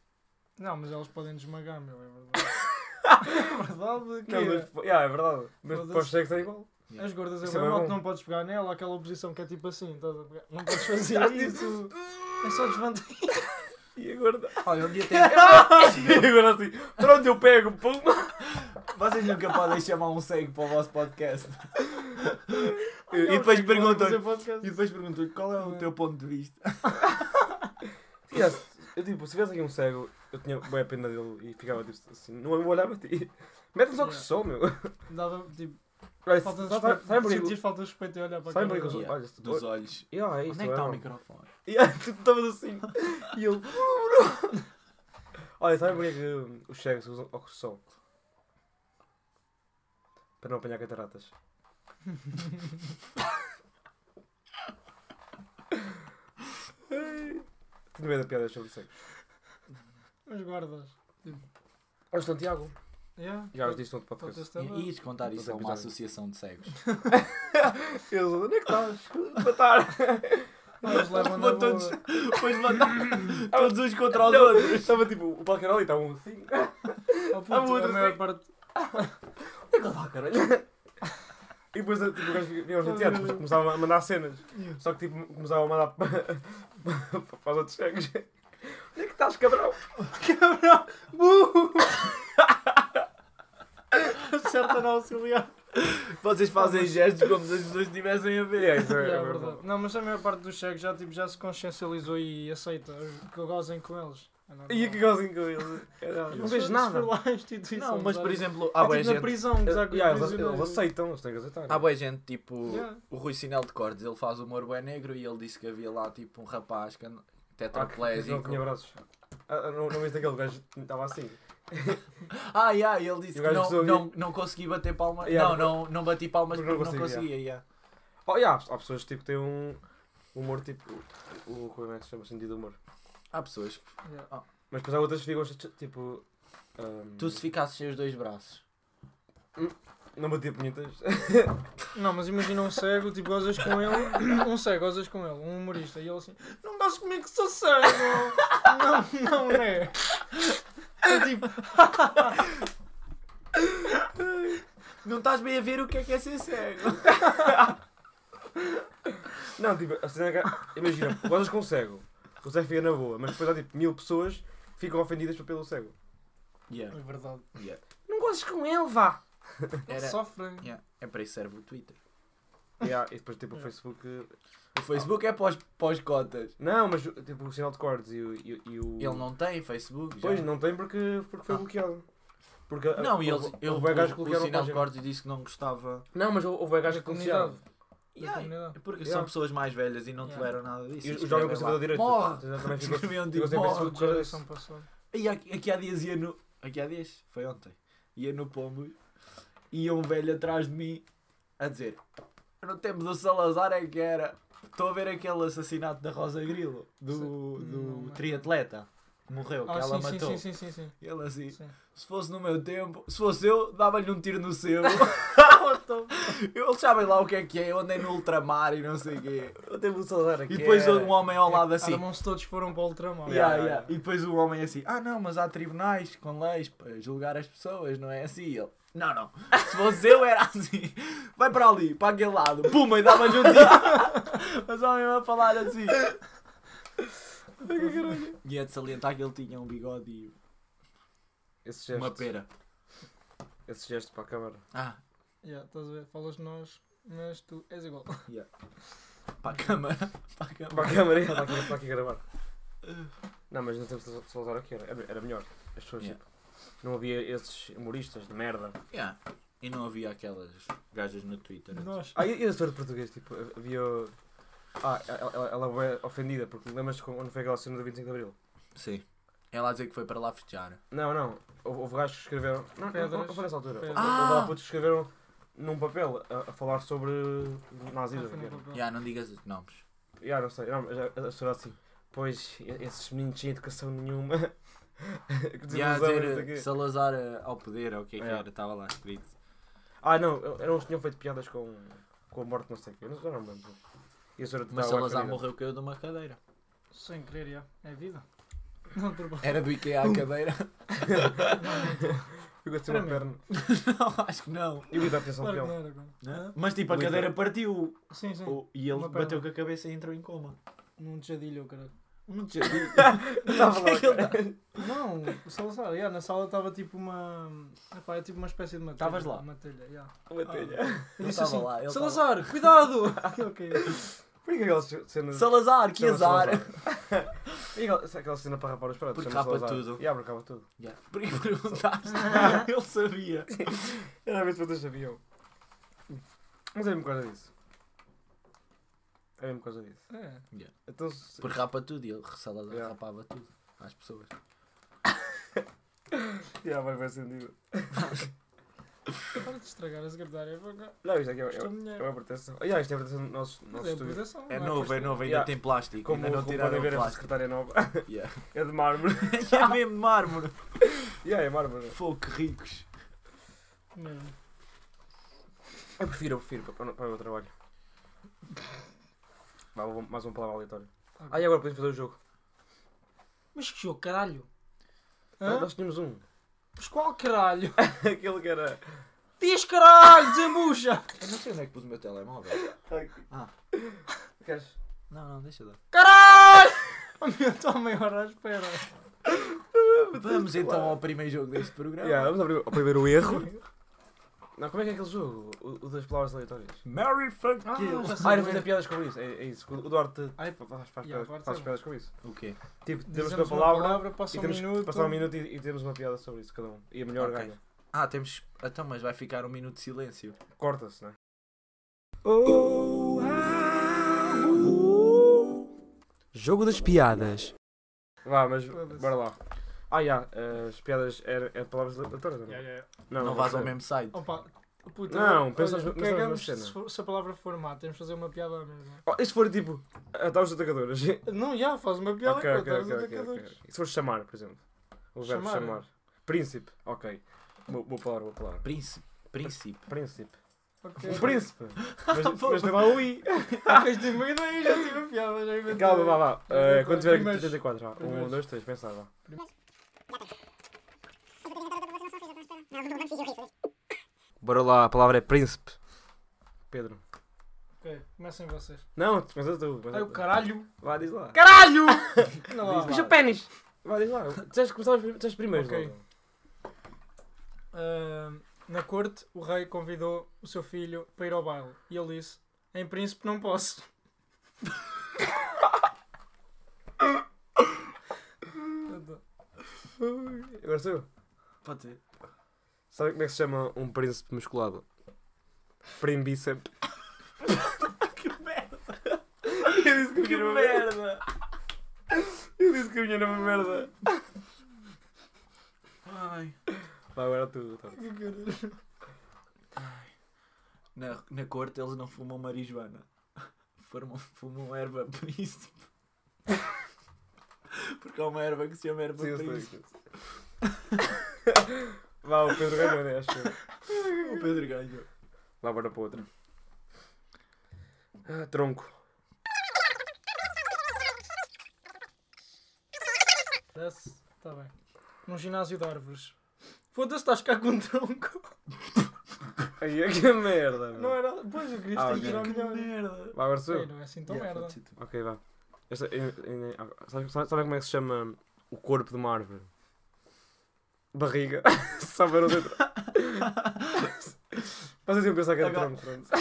Não, mas elas podem desmagar, meu, é verdade. é verdade que
Não, mas, yeah, é verdade. Mas
Foda-se.
para os cegos é igual.
as gordas é
Isso é
bem
bem
mal
bom.
que não podes pegar nela, aquela posição que é tipo assim, estás a pegar. Não podes fazer
Estás
isso. É só desvantagem.
E a gorda.
Olha, um dia tem...
e agora assim, pronto, eu pego, pum.
Vocês nunca podem chamar um cego para o vosso podcast.
E,
E
e,
depois
tipo, Fazer
perguntam-lhe
podcast.
e depois perguntam qual é o teu ponto de vista.
yeah, eu tipo, se tivesse aqui um cego, eu tinha bem a pena é dele e ficava tipo assim, não olhava a ti. Mete-me só que
Yeah.
sou, meu.
Dava, tipo,
Olha,
Falta de
sa- sa-
respeito.
Sabe por
Sentir
isso?
falta de respeito e olhar para é. a
Sabe por
câmera.
isso?
Yeah.
Olha, se tu-
Dos olhos.
Yeah, é isso,
Onde é que está o
mano.
microfone?
Yeah, tu estavas assim. E ele. Olha, sabe porquê que hum, os cegos usam óculos de sol? Para não apanhar cataratas. Ai, Tenho medo da piada sobre cegos.
Mas guardas.
Olha, Santiago.
Yeah.
Já os disse no outro podcast.
Podcast é bom.
E ias contar isso a uma
episódio.
associação de cegos.
Eles, onde é que estás? Matar!
Ah, eles levam na
Vão todos-
boa.
Depois mandar todos uns contra os
Não,
outros.
Estava tipo, o palco era ali, estava um assim. Onde
Oh, puto,
Ah, o outro
a maior
sim.
parte-
é que ele está, caralho? E depois tipo, o gajo ficava chateado, depois começava a mandar cenas. Só que tipo, começava a mandar para, para os outros cegos. Onde é que estás, cabrão?
Cabrão! Burro! Acerta na auxiliar.
Vocês fazem gestos como se as pessoas estivessem a
É,
ver.
isso é,
Yeah,
é
é
verdade.
verdade. Não, mas a maior parte dos cegos já, tipo, já se consciencializou e aceita que gozem com eles. É normal.
E que gozinho com eles. É, Caralho.
Mas
Não
se
vejo
for-
nada.
se for lá a instituição,
Não, mas
sabe?
por exemplo,
É
há boa
tipo na
Ah, gente.
prisão,
Eh,
gozar com os
yeah, eles, eles
prisioneiros.
aceitam, eles têm que aceitar.
Há boa gente, tipo,
Yeah.
o Rui Sinel de Cordes, ele faz humor bem negro e ele disse que havia lá tipo um rapaz que and-
Não
tetraplégico.
Ah, tinha braços. Ah, não, não viste aquele gajo que estava assim.
Ah, yeah, ele disse
E
que
o gajo
não,
resolve-
não, não consegui bater palmas. não,
Yeah,
não, não bati palmas
porque
porque
não
não,
consigo,
conseguia. yeah.
Oh, yeah, há há pessoas que tipo, têm um humor tipo. O, como é que se chama? Sentido de humor.
Há pessoas que.
Yeah.
Mas depois há outras que ficam ch- tipo. ahm,
Tu se ficasses sem os dois braços.
Não batia punhetas.
Não, mas imagina um cego, tipo, gozas com ele, um cego, gozas com ele, um humorista, e ele assim, não gozes comigo que sou cego! não, não é! É tipo,
Não estás bem a ver o que é que é ser cego.
Não, tipo, a cena é que. Imagina, gozas com um cego. O cego fica na boa, mas depois há tipo mil pessoas que ficam ofendidas pelo cego.
é verdade,
Não gozes com ele, vá!
Era-
sofrem.
Yeah, É para isso que serve o Twitter.
Yeah, e depois tipo o
É.
Yeah.
Facebook. eh,
O Facebook é pós, pós cotas.
Não, mas tipo o sinal de cordes e o. E, e o...
Ele não tem Facebook. já.
Pois, não tem porque, porque foi
Ah.
bloqueado. Porque a-
Não, e ele,
houve-
ele,
houve gajos que
o, o
bloquearam a
sinal de
página.
cortes disse que não gostava.
Não, mas hou- houve gajos
Da
que denunciaram.
Da
Yeah,
comunidade.
é porque
Yeah.
são pessoas mais velhas e não
Yeah.
toleram nada disso.
E os
Escrevem
jovens
lá,
conservadores direito. então,
Morre!
Também ficou
Escreviam
ficou
tipo,
sem
morre!
Facebook por causa disso.
Geração passada.
E aqui, aqui há dias ia no. Aqui há dias? Foi ontem. Ia no Pombo e ia um velho atrás de mim a dizer: No tempo do Salazar é que era. Estou a ver aquele assassinato da Rosa Grilo, do,
Sim. Não
do
lembro.
triatleta que morreu, que
Ah,
ela
sim, sim,
matou.
sim, sim, sim, sim.
E ele assim:
sim.
Se fosse no meu tempo, se fosse eu, dava-lhe um tiro no seu.
Então,
Eles sabem lá o que é que é, eu andei no ultramar e não sei o quê.
Eu tenho de saudar aqui.
E
é
depois
era.
um homem ao lado assim.
Armam-se todos foram para o ultramar.
Yeah,
Yeah,
yeah,
yeah. E depois o homem é assim, ah não, mas há tribunais com leis para julgar as pessoas, não é assim? E ele, não, não, se fosse eu era assim, vai para ali, para aquele lado, puma, e dava-lhe um tiro. mas o homem a falar assim. e é de salientar que ele tinha um bigode e
Esse gesto.
uma pera.
Esse gesto para a câmara.
Ah,
Yeah, estás a ver? Falas nós, mas tu és igual.
para a câmara, para a câmara.
Para a câmara, está aqui, está aqui a gravar. Não, mas não temos de soltar aqui, era, era melhor. As pessoas,
Yeah.
tipo, não havia esses humoristas de merda.
Yeah. E não havia aquelas gajas no Twitter.
Nós.
Ah, e, e a senhora de português, tipo, havia... Ah, ela, ela- ela foi ofendida, porque lembras-te quando foi aquela cena do 25 de Abril?
Sim. Ela a dizer que foi para lá festejar.
Não, não, houve, houve gajos que escreveram... Não, não, não, não foi nessa altura.
Pedras.
Houve- Houve
Ah!
lá putos que escreveram num papel a, a falar sobre nazismo.
Foi no
Ah,
papel.
Já, não digas os nomes.
yeah, não sei, não, mas a, a senhora assim... Pois, e- esses meninos sem educação nenhuma... que
Já a
desilusão, não sei o
dizer
quê.
eh, Salazar eh, ao poder, ou o que é que
Yeah.
era, estava lá escrito.
Ah, não, eram os que tinham feito piadas com, com a morte, não sei o quê. Eu não, já não me lembro. E a senhora
Mas
estava
Salazar
ofendida.
morreu caiu de uma cadeira.
Sem querer, já. É vida. Não te preocupes.
Era do Ikea
Um.
a cadeira?
Ficou assim uma
Era
perna.
não, acho que não.
E o Vitor tinha só um
Claro que não
peão.
era, cara.
Mas tipo, a
Literal.
cadeira partiu.
Sim, sim.
O- E ele
Hum, Uma
bateu
perna.
com a cabeça e entrou em coma.
Num tejadilho, cara.
Não te digo.
Estava lá.
Não, o Salazar, yeah, na sala estava tipo uma. Epá, é tipo uma espécie de uma telha.
Estavas lá?
Uma telha, yeah.
Uma telha.
Eu disse
tava
assim:
lá, ele
Salazar, cuidado! E ok.
Porquê que aquela cena.
Salazar, que
chama
azar!
Salazar? E aquela, aquela cena para rapar os pratos.
Porque
chama-se
rapa
Salazar.
tudo.
E abre, capa tudo.
Yeah. Por que perguntaste? ele sabia.
Era a vez que vocês sabiam. Mas é mesmo por causa disso. É mesmo por causa disso.
É.
Então, se-
Porque rapa tudo e ele Salazar
Yeah.
rapava tudo às pessoas.
já vai fazer sentido.
Para de estragar a secretária, vou cá.
Não, isto aqui é, é,
Custou
é
dinheiro.
uma proteção. Ah, já, isto é a proteção do nosso, nosso
Mas é
estúdio.
proteção.
É
não
novo, é
plástico.
novo, ainda
Yeah.
tem plástico.
Como,
ainda não
como
tiraram
podem ver,
o
esta
plástico.
secretária nova
Yeah.
é de mármore.
é mesmo de mármore.
Já, é mármore.
Fogo, que ricos.
Mesmo.
Eu prefiro, eu prefiro para, para o meu trabalho. Vá, vou- Mais uma palavra aleatória. Ah, e agora podemos fazer o jogo.
Mas que jogo, caralho?
Nós-
Hã?
Nós tínhamos um.
Mas qual caralho?
Aquele que era.
Diz caralho, desembucha!
Eu não sei onde é que pus o meu telemóvel. Ah.
Queres?
Não, não, deixa dar.
Caralho! Oh meu, estou a meia hora à espera.
Vamos então ao primeiro jogo deste programa.
Yeah, vamos abrir ao primeiro erro. Não, como é que é aquele jogo? O, o das palavras aleatórias.
Mary Fuck
Ah,
Kill.
já
Ah,
sei.
era fazer piadas com isso, é, é isso. O Duarte
Ai,
faz, faz,
Yeah, agora
piadas, faz
tá bom.
piadas com isso.
O quê?
Tipo, temos
Dizemos
uma palavra,
passa
e
um
temos que
minuto.
passar um minuto e, e temos uma piada sobre isso, cada um. E a melhor
Ok.
ganha.
Ah, temos. Então, mas vai ficar um minuto de silêncio.
Corta-se, não é?
Oh, ah, uh. Jogo das piadas.
Vá, mas
Foda-se.
bora lá. Ah, já, as piadas eram eram palavras aleatórias, não? é?
Yeah, yeah.
Não,
não vás ao mesmo site.
Opa, puta,
Não,
olha,
pensa nas- pensa nas
cagamos
cenas.
se, for- se a palavra for má, temos de fazer uma piada mesmo.
Oh, e se for tipo, atar os atacadoras?
Não, já, faz uma piada
ok,
com
ok,
outras
ok, ok,
atacadores.
ok. E se for chamar, por exemplo? O verbo
Chamar.
chamar. Príncipe, ok. Boa, boa palavra, boa palavra.
Príncipe. Príncipe.
Príncipe.
Ok.
Um príncipe! Mas, mas tem lá o i.
Depois de uma ideia, já tive a piada. Já inventei.
Calma, vá, vá. Eh, quando tiver aqui
Primeiros.
34, vá.
Primeiros.
1, 2, 3, pensa lá.
Bora lá, a palavra é príncipe.
Pedro.
Ok, comecem vocês.
Não, pensa tu. Pensa
Ai, o
tu.
caralho!
Vá, diz lá.
Caralho! Não, vá,
Diz
vá.
o pênis! Vá, diz lá. Tens que começar os- tens primeiro.
Ok.
logo.
Ahm, na corte, o rei convidou o seu filho para ir ao baile. E ele disse: Em príncipe, não posso.
Agora sou eu.
Pode ser.
Sabe como é que se chama um príncipe musculado? Primbíceps. que merda! Eu disse que, a minha era uma merda! Eu disse que a minha era uma merda!
Ai.
Vá, agora tu. tu.
Na, na corte eles não fumam marijuana. Fumam, fumam erva príncipe. Porque há uma erva que se chama erva
Sim, eu sei, eu
príncipe.
sei. Vá, o Pedro ganhou, né? Acho eu.
O Pedro ganhou.
Lá, bora para outra. Ah, tronco.
Desce, tá bem. Num ginásio de árvores. Foda-se, estás cá com um tronco.
Aí é que merda!
Não
mano.
era. Pois o Cristo
Ah,
tem que ir ao
ok.
melhor.
merda.
Vá, agora sou
Ei,
eu.
Não é assim tão merda.
Ok, vá. Esta, em- em- em- sabe- sabe- sabem como é que se chama o corpo de uma árvore? Barriga. Só para não ter. Vocês iam pensar que era
Agora-
tronco, pronto.
tá.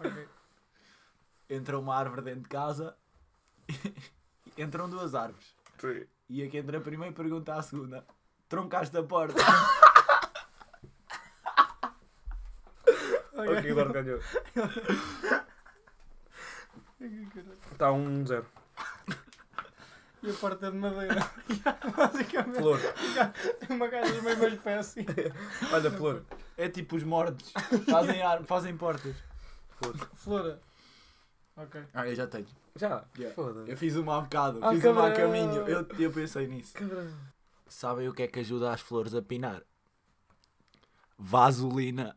Ok.
Entra uma árvore dentro de casa. Entram duas árvores.
Sim.
E a que entra primeiro pergunta à segunda. Troncaste a porta.
Ok, o Eduardo ganhou. Está um zero.
E a parte é de madeira. Basicamente,
Flor.
é uma caixa da mesma espécie.
Olha, flor.
É tipo os mortos. Fazem, ar, fazem portas.
Flora. Ok.
Ah, eu já tenho.
Já.
Yeah.
Foda-se.
Eu fiz uma há bocado.
Ah,
fiz uma a
cabrão.
caminho. Eu, eu pensei nisso.
Caralho.
Sabem o que é que ajuda as flores a pinar? Vaselina.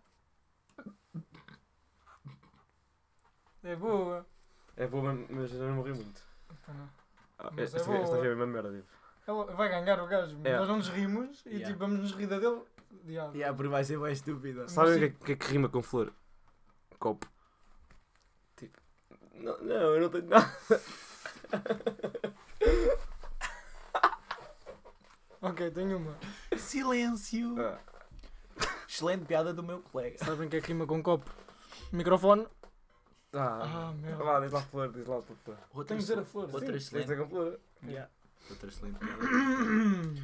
É boa.
É boa, mas- mas eu não morri muito.
Opa, não.
Ah,
Mas
Esta
é
esta aqui é a
boa.
mesma merda. tipo.
Ela vai ganhar o gajo.
É.
Nós não nos rimos e
Yeah.
tipo, vamos nos rir da dele. Diabo.
E yeah, porque vai ser bem é estúpida.
Sabem o
sim.
que, é- o que é que rima com flor? Copo. Tipo. Não, não eu não tenho nada.
Ok, tenho uma.
Silêncio.
Ah.
Excelente piada do meu colega.
Sabem que é rima com copo? Microfone.
Ah,
Ah, meu.
vá, diz lá flor, diz lá tua flor.
Outra,
Tenho que dizer a
excelente-
flor.
outra
Sim, diz
excelente.
lá com flor.
Yeah. Outra excelente piada.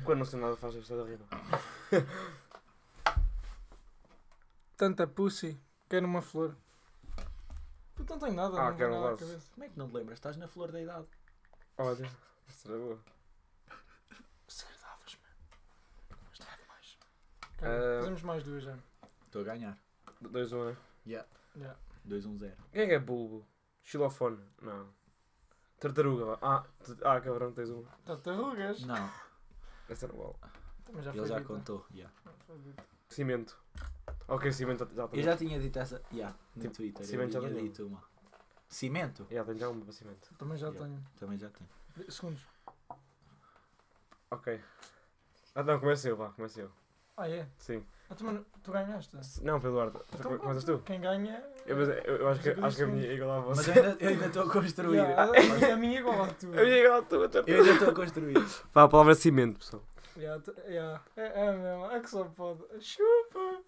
Quando não sei nada faz esta da rima.
Tanta pussy Quero uma flor. Puto, não tenho nada,
Ah,
não
quero
tenho nada
um
à
vaso.
cabeça.
Como é que não te lembras? Estás na flor da idade.
Olha, será é boa.
Desagradavas, mano. Mas não é demais.
Ah.
Fazemos mais duas já.
Estou a ganhar.
2 1 né?
Já.
2-1-0.
Quem é que é bulbo? Xilofone? Não. Tartaruga, vá. Ah, t- ah cabrão, tens uma.
Tartarugas.
Não,
Essa não vale.
Tá, Também já
ele
foi
já
dito, né?
contou. yeah.
não foi dito.
Cimento. Ok, cimento já
Eu
tem. Já
já tinha dito essa. Yeah, no
Tipo,
Twitter.
cimento já
eu tinha
tenho.
dito uma. Cimento?
yeah, tenho já uma para cimento.
Também já
Yeah.
tenho.
Também já tenho.
Segundos.
Ok. Ah, não, começa eu, vá, começa eu.
Ah, é?
Sim.
Ah, tu, mano, tu ganhaste?
Se- Não, foi Eduardo. Tu-
Então,
Começas tu?
Quem ganha.
Eu, mas eu, eu acho que,
Mas eu
acho que a
disse
minha é igual à
Mas
vossa.
eu ainda- eu ainda estou a construir.
Yeah, a- a minha é igual à tua.
A minha é igual à tua,
Ah. Eu
tartaruga.
ainda estou a construir.
Vá, a palavra cimento, pessoal.
Yeah, t- yeah. É, é mesmo, é que só pode. Chupa!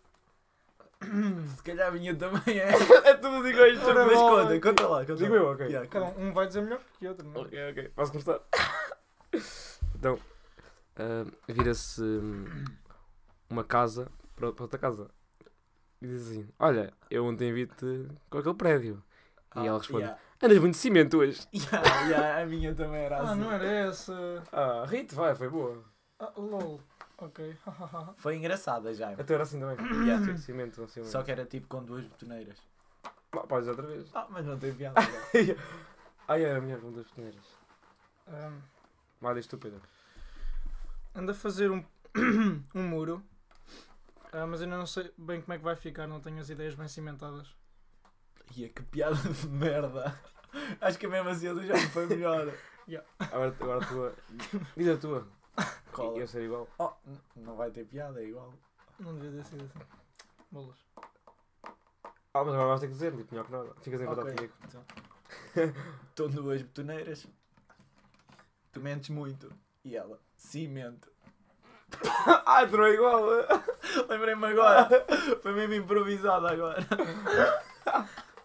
Se calhar a minha também é. Então,
É tudo iguais.
Ora,
Mas
bola.
conta, conta lá. Conta
Digo
lá.
eu, ok.
Yeah,
Cada
conta.
um, um vai dizer melhor que o outro, não é?
Ok, ok. Posso começar?
Então, Ah, Vira-se hum, uma casa para para outra casa. E diz assim: Olha, eu ontem vi-te com aquele prédio. E ela responde:
Yeah.
Andas muito de cimento hoje.
Yeah, yeah, a minha também era
Ah,
assim.
não era essa.
Ah, Rito, vai, foi boa.
Ah, lol. Ok. hahaha.
Foi engraçada já.
Até era assim também.
Yeah.
Sim, Cimento, cimento.
Só que era tipo com duas botoneiras.
Pá, Podes outra vez.
Ah, mas não tem piada. já.
Ai, era a minha pergunta das peneiras.
Ahm,
Malha estúpida.
anda a fazer um, um muro. Ah, mas ainda não sei bem como é que vai ficar, não tenho as ideias bem cimentadas.
Ia, que piada de merda. Acho que mesmo assim a do Jaime foi melhor.
Agora, agora a tua. Diz a tua.
Cola.
Ia ser igual.
Oh, n- não vai ter piada, é igual.
Não devia ter sido assim. Bolas.
Ah, mas agora vais ter que dizer, tipo, melhor que nada. Ficas empatado
Ok,
comigo.
então. Estão duas betoneiras. Tu mentes muito. E ela, sim, mente.
Ah, tu não é igual!
Lembrei-me agora. Foi mesmo improvisado agora.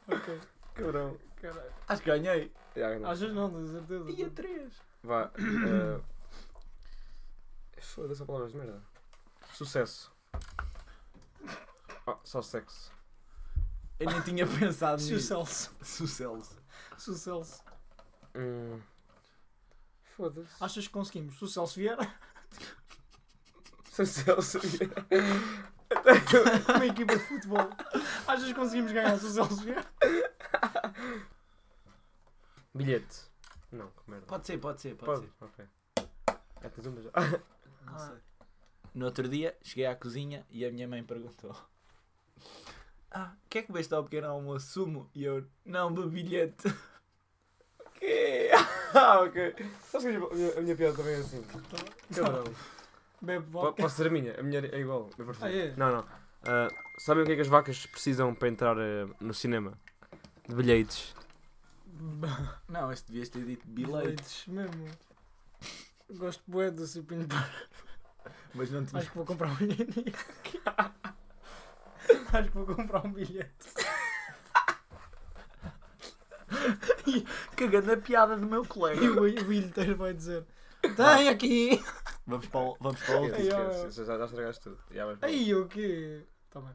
Ok,
Cabrão.
caralho.
Acho que ganhei.
Já, não.
Às vezes não, de certeza.
E a três.
Vá. eh, Foda-se a palavras de merda. Sucesso. Ah, só sexo.
Eu nem tinha pensado
Se o
nisso.
Celso.
Sucesso.
Se o Celso.
Hum. Foda-se.
Achas que conseguimos? Se o Celso vier,
Sucesso.
uma equipa de futebol. Achas que conseguimos ganhar se o Celso vier?
Bilhete. Não, que merda.
Pode ser, pode ser, pode, ser.
Ok. Já tens uma já.
Não
Ah.
sei. No outro dia, cheguei à cozinha e a minha mãe perguntou: Ah, o que é que bebeste ao pequeno almoço? Sumo? E eu: Não, bebi bilhete.
Que? Ah, ok. Sabes que a minha- a minha, a minha piada também é assim? Cabrão.
Bebe
Po-
vodka.
Posso ser a minha? A minha é igual. Eu prefiro.
Ah, é?
Não, não. Ah, sabem o que é que as vacas precisam para entrar
eh,
ah, no cinema? De bilhetes.
Não, este devias ter dito bilhete,
Leites mesmo. Gosto bué do Cipinho Bar.
mas não tinha.
Acho que vou comprar um bilhete. Acho que vou comprar um bilhete.
Cagando a piada do meu
E
colega.
o o bilheteiro vai dizer: Tem aqui!
vamos para o, vamos para o
Ai,
último.
Esquece, Já, já, já estragaste tudo. Já vais para-
Aí o quê? Tá bem.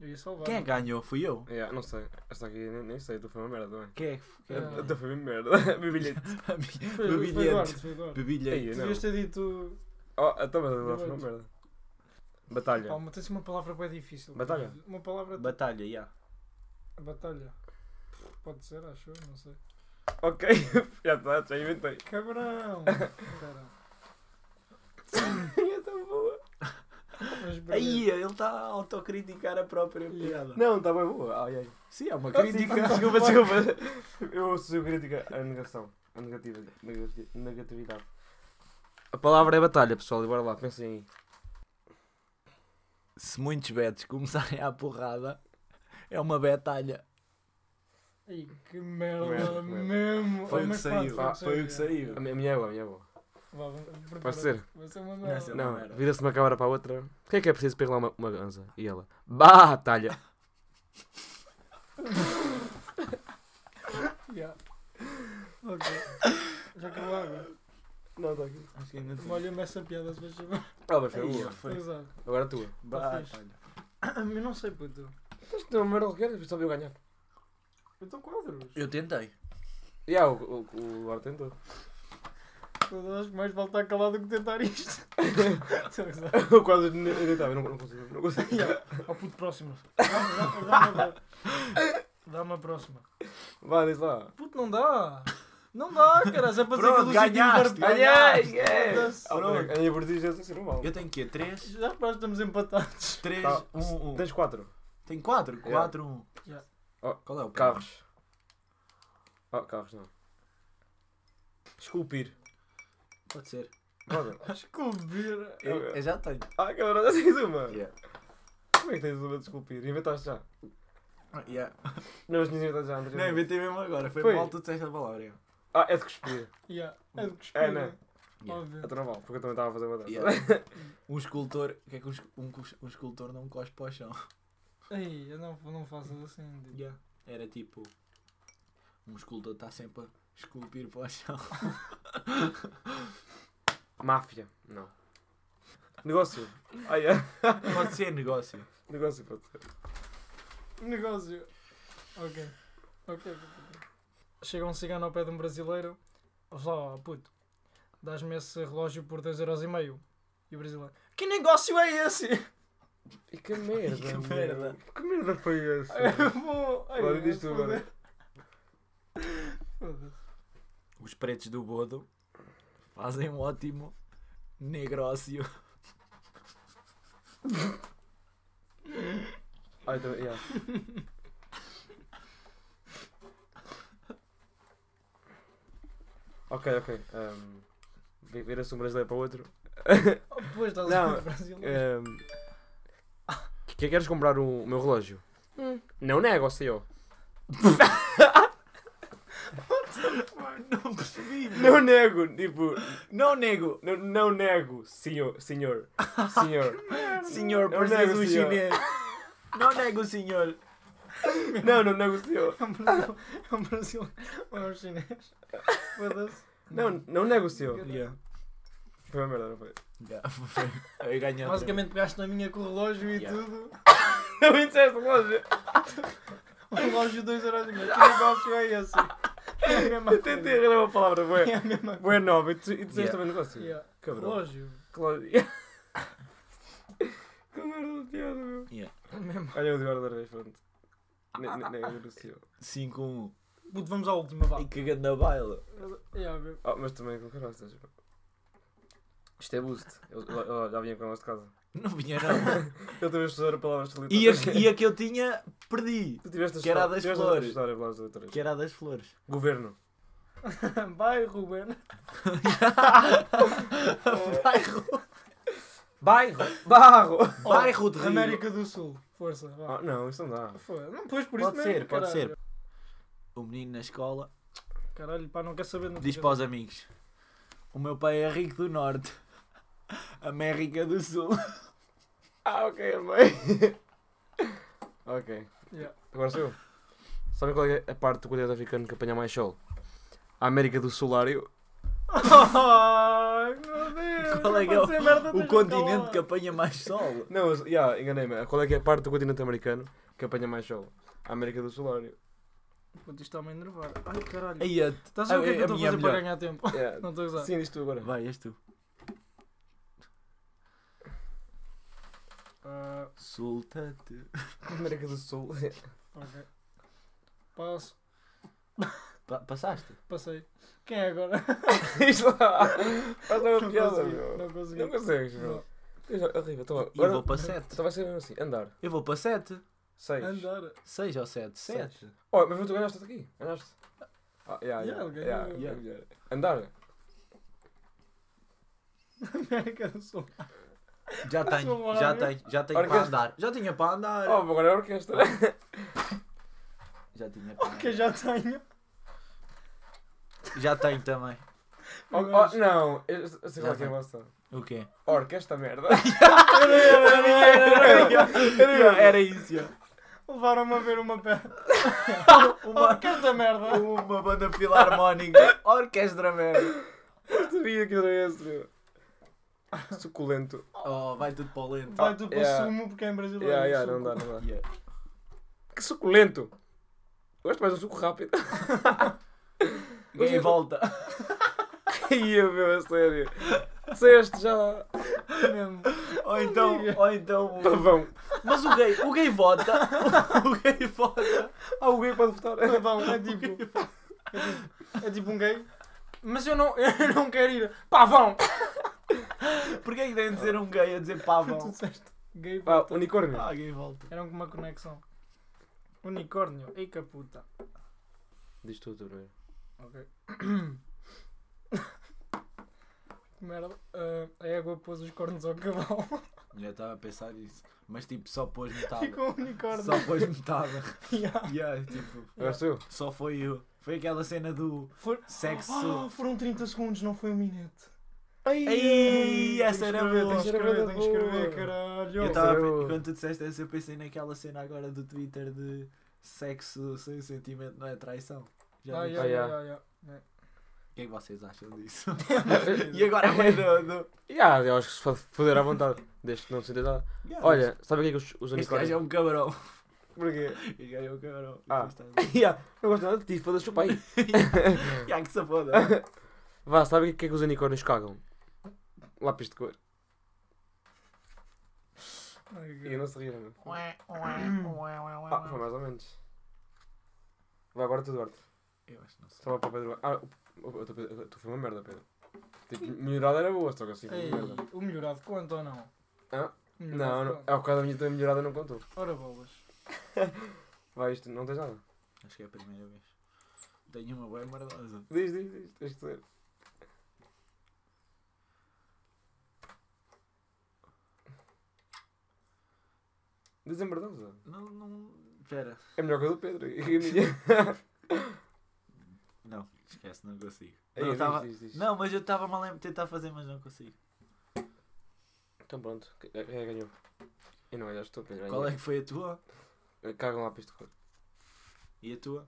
Eu ia salvar.
Quem é que ganhou? Fui eu.
Yeah, não sei. Esta aqui nem, nem sei. Tu foi uma merda também.
Quem é que foi?
É.
A tua foi uma merda. Meu bilhete.
Foi,
Bebi
foi Eduardo,
bilhete.
foi Eduardo.
Bebi bilhete.
Aí, não.
Devias ter dito.
Oh, então, mas agora foi uma merda.
É.
Batalha.
Pá, mas tem-se assim uma palavra bem difícil.
Batalha?
Uma palavra.
Batalha, já.
Batalha. Pode ser, acho eu, não sei.
Ok. já está, já inventei.
Cabrão! Espera.
é tão boa.
Mas breve.
Aí, ele está a autocriticar a própria piada.
Não, está bem boa. Ai, ai.
Sim, é uma
Ah, sim,
crítica.
Desculpa, desculpa. Eu associo crítica à negação. À negativa. negati- Negatividade.
A palavra é batalha, pessoal, e bora lá, pensem aí.
Se muitos betos começarem à porrada, é uma betalha.
Ai, que merda,
Merda, merda.
mesmo!
Foi
Ah,
o que
mas pronto,
saiu.
foi o que
Foi o que
saiu.
saiu.
A minha- a minha é boa, a minha é boa.
Vá, vamos- prepara-te.
Pode ser?
Vai ser uma merda.
Essa não. é
Não,
era.
vira-se uma câmara para a outra. O que é que é preciso para lá uma, uma ganza? E ela, batalha.
Yeah. Ok. Já acabou agora.
Não, está aqui.
Acho que ainda tem.
Molha-me essa piada, se faz favor.
Ah, mas foi
Aí,
boa.
foi.
é
Tá
Exato.
Agora a tua.
Batalha.
Eu não sei, puto.
Tens
é
de ter uma merda qualquer, depois só eu ganhar.
Então quadros.
Eu tentei.
E yeah, o, o, o Lara tentou.
Eu Acho que mais vale estar calado do que tentar isto. Estou a gozar.
Eu quase nem nem deitava, eu não, não consigo. Não consigo.
Ao puto próximo. Dá-me dá, dá, dá, dá a próxima.
Vá, diz lá.
Puto, não dá. Não dá, caralho. É para dizer que eu
Pronto,
dou
ganhaste,
sentido para-
ganhaste.
Foda-se.
Ah,
Pronto.
peraí, Em Aberdeen já assim, não vale.
Eu tenho quê? 3?
Já reparaste, estamos empatados.
3,
Tá.
1, 1.
Tens quatro.
Tenho 4,
Yeah.
4, 1.
Yeah.
Oh,
Qual é o primeiro?
Carros. Ah, carros não.
Esculpir.
Pode ser.
Roda.
Descobrir.
Eu, eu já tenho.
Ah, cabrão, já tens uma.
Yeah.
Como é que tens uma de esculpir? Inventaste já.
Ah, Yeah.
Não, mas tinhas inventado já antes.
Não, inventei mesmo agora. Foi,
Foi.
mal tu disseste a palavra. yeah.
Ah, é de cuspir.
Yeah. É de
É,
cuspir.
né?
né?
Yeah.
Óbvio.
Então não vale, porque eu também estava a fazer uma dessa.
Yeah. um escultor. O que é que um, es- um, cus- um escultor não cospe para o chão?
Ei, eu não, não faço assim. tipo.
Yeah. Era tipo. Um escultor está sempre a esculpir para o chão.
Máfia. Não.
Negócio. Ah, yeah.
Pode ser negócio.
Negócio pode ser.
tipo, Negócio. Ok. Ok. ok, ok. Chega um cigano ao pé de um brasileiro. Olha lá, ó, puto. Dás-me esse relógio por 2,5€. E o brasileiro. Que negócio é esse?
E que merda.
Que
meu.
merda.
Que merda foi essa?
Bom, ai,
É. Agora diz tu,
é foda-
agora.
foda-se.
Os pretos do Bodo fazem um ótimo negócio.
Ah, então, yeah.
Ok, ok.
ehm,
Um, vi- Vira-se um brasileiro para o outro.
Oh, Pois estás a
Não,
ver
é.
brasileiro.
Um,
Ehm,
que, que queres comprar o, o meu relógio?
Hum.
Não nego, sei eu.
Não percebi.
Não nego, tipo,
Não nego.
não, não nego, senhor, senhor, senhor.
É um Senhor,
Não
parece
nego,
um
senhor.
chinês. Não nego, senhor.
não, não nego, senhor.
É um brasileiro. É um brasileiro. Ou é um chinês. Foda-se.
Não, não nego,
é um
senhor.
Yeah.
Foi uma merda, não foi?
Yeah. Eu ganhei outra.
Basicamente pegaste na minha com o relógio e
Yeah.
tudo.
Não me disseste relógio.
O relógio 2,5€. Que negócio é esse? É a mesma
Eu tentei
coisa.
arranjar uma palavra,
É
bué,
a mesma coisa.
bué nova. E tu e tu disseste
Yeah.
também negócio.
Yeah.
Cabrão.
Relógio.
Relógio. Que merda de piada, meu.
Mesmo.
Olha, eu digo outra vez, pronto. Ne- ne- Nego, do senhor.
5-1.
Puto, vamos à última, vá.
E um. que ganda baila.
Yeah, meu.
Ah, mas também com caralho,
Isto é boost. Eu, eu- eu já vinha com elas de casa.
Não vinha não.
Eu também estudar a palavra solita.
E a, que- e a que eu tinha, perdi.
Tu tiveste a
que era
estudar-
das
tiveste a
flores.
estudar a palavra solita.
Que era a das flores.
Governo.
Vai, Ruben.
Bairro.
Bairro!
Barro!
Bairro de Rio.
América do Sul. Força, vá.
Ah, não, isso não dá.
Foda. Não pôs por
Pode
isso
ser,
mesmo,
pode
caralho.
O menino na escola
Caralho, pá, não quer saber. Não
diz
quer
para os amigos. O meu pai é rico do Norte. América do Sul.
Ah, ok, mãe.
Ok.
Yeah.
Agora sou eu. Sabem qual é a parte do continente africano que apanha mais sol? A América do Solário.
Ai, meu Deus!
Qual é que é
não pode ser merda
O
desta
continente que
escola.
apanha mais sol.
Não, mas, yeah, enganei-me. Qual é que é a parte do continente americano que apanha mais sol? A América do Solário.
Puto, isto está-me a enervar. Ai, caralho.
Aí a...
Estás a ver o que é que eu
a
estou a fazer
minha é
para
melhor.
ganhar tempo?
Yeah.
Não estou a usar.
Sim, diz tu agora.
Vai, és tu.
Ah,
Sultante.
América do Sul.
ok. Passo.
Pa- passaste?
Passei. Quem é agora?
diz lá. Faz lá uma
Não
piada,
consegui.
meu.
Não consegui.
Não consegues, meu.
Não.
Eu já arriba. Então,
E eu
agora,
vou para 7.
então vai ser mesmo assim. Andar.
Eu vou para 7.
Seis.
Andar.
6 ou 7?
Sete.
7.
Oh, mas tu ganhaste aqui. Ganhaste. Ah, yeah,
Yeah,
yeah,
ele
yeah,
ganhou.
yeah, yeah. Andar.
América do Sul.
Já tenho, já tenho, já tenho
Olha que
para
este-
andar. Já tinha para andar.
Oh, agora é a orquestra.
Já tinha para
Que eu
andar.
já tenho.
Já tenho também.
Oh,
Eu acho.
oh, não, eu eu sei
Já
qual é que é a
vai.
vossa.
O quê?
Orca, esta merda.
Era isso, já.
Levaram-me a ver uma peça. Oh,
Uma,
que esta merda!
uma banda filarmónica. Orquestra merda.
Eu sabia que era esse, meu. Suculento.
Oh, vai tudo para o lento.
Vai tu para
Ah, yeah.
sumo porque é em brasileiro.
yeah, yeah,
suco.
não dá, não dá.
Yeah.
Que suculento! Gosto mais de um suco rápido.
Ganhei volta.
Ia, meu, a sério. Seste já.
Mesmo.
Ou então, ou então. o-
Pavão.
Mas o gay, o gay vota. O gay vota.
Ah, o gay pode votar.
Pavão, é tipo. É tipo, é tipo um gay. Mas eu não, eu não quero ir. Pavão!
Porquê é que tem de ser um gay a dizer pavão?
Tu disseste gay,
Pá,
volta.
unicórnio.
Ah, gay volta.
Era uma conexão. Unicórnio, ei caputa.
Diz tu outra vez.
Ok. Que Merda, Ah, a égua pôs os cornos ao cavalo.
Já estava a pensar nisso. Mas tipo, só pôs metade.
Ficou um unicórnio.
Só pôs metade.
Yeah.
Yeah, tipo,
Agora sou eu.
só foi eu. Foi aquela cena do
For-
sexo.
Ah, foram 30 segundos, não foi um minuto.
Ai, essa era
Tem que
boa.
escrever, tem que escrever,
boa.
caralho.
Eu
Essa
estava
era
a pe-
boa.
Quando tu disseste essa, eu pensei naquela cena agora do Twitter de sexo sem sentimento não é traição. Já
Ah,
vi.
yeah,
Ah,
yeah,
yeah.
yeah, yeah.
O que é que vocês acham disso? e agora a mãe do. do...
Ya, eu acho que se pode foder à vontade. Desde que não se nada.
Yeah,
Olha, sabe o que é que os, os
mas Este gajo é
unicórnios.
um cabrão.
Porquê?
Este gajo é um cabrão.
Ah.
Isto está-
Ya, não gosto nada de ti, foda-se o pai.
Ya, que se foda.
Vá, sabe o que é que os unicórnios cagam? Lápis de cor.
Ai,
E
caralho.
não se riram. Ah, foi mais ou menos. Vai agora tu, Duarte.
Eu acho que não sei.
Só vai para o Pedro. Ah, o- o- o- tu Pedro- tu foi uma merda, Pedro. Tipo, melhorada era boa, só que assim, foi
Ei,
uma merda.
o melhorado conta ou não?
Hã?
O melhorado
Não, não,
conta.
é o caso da minha da melhorada não contou.
Ora bolas.
Vai, isto não tens nada.
Acho que é a primeira vez. Tenho uma boa merdosa.
Diz, diz, diz, tens que dizer. Diz em verdade, Zé.
Não, não. Espera.
é melhor que a do Pedro. E a minha.
Não, esquece, não consigo.
Aí,
Não,
diz,
tava-
diz, diz.
Não, mas eu estava mal a tentar fazer, mas não consigo.
Então pronto, que- é, é, ganhou. E não, olha, estou Pedro.
Qual é que foi a tua?
é? Cagam lápis de cor.
E a tua?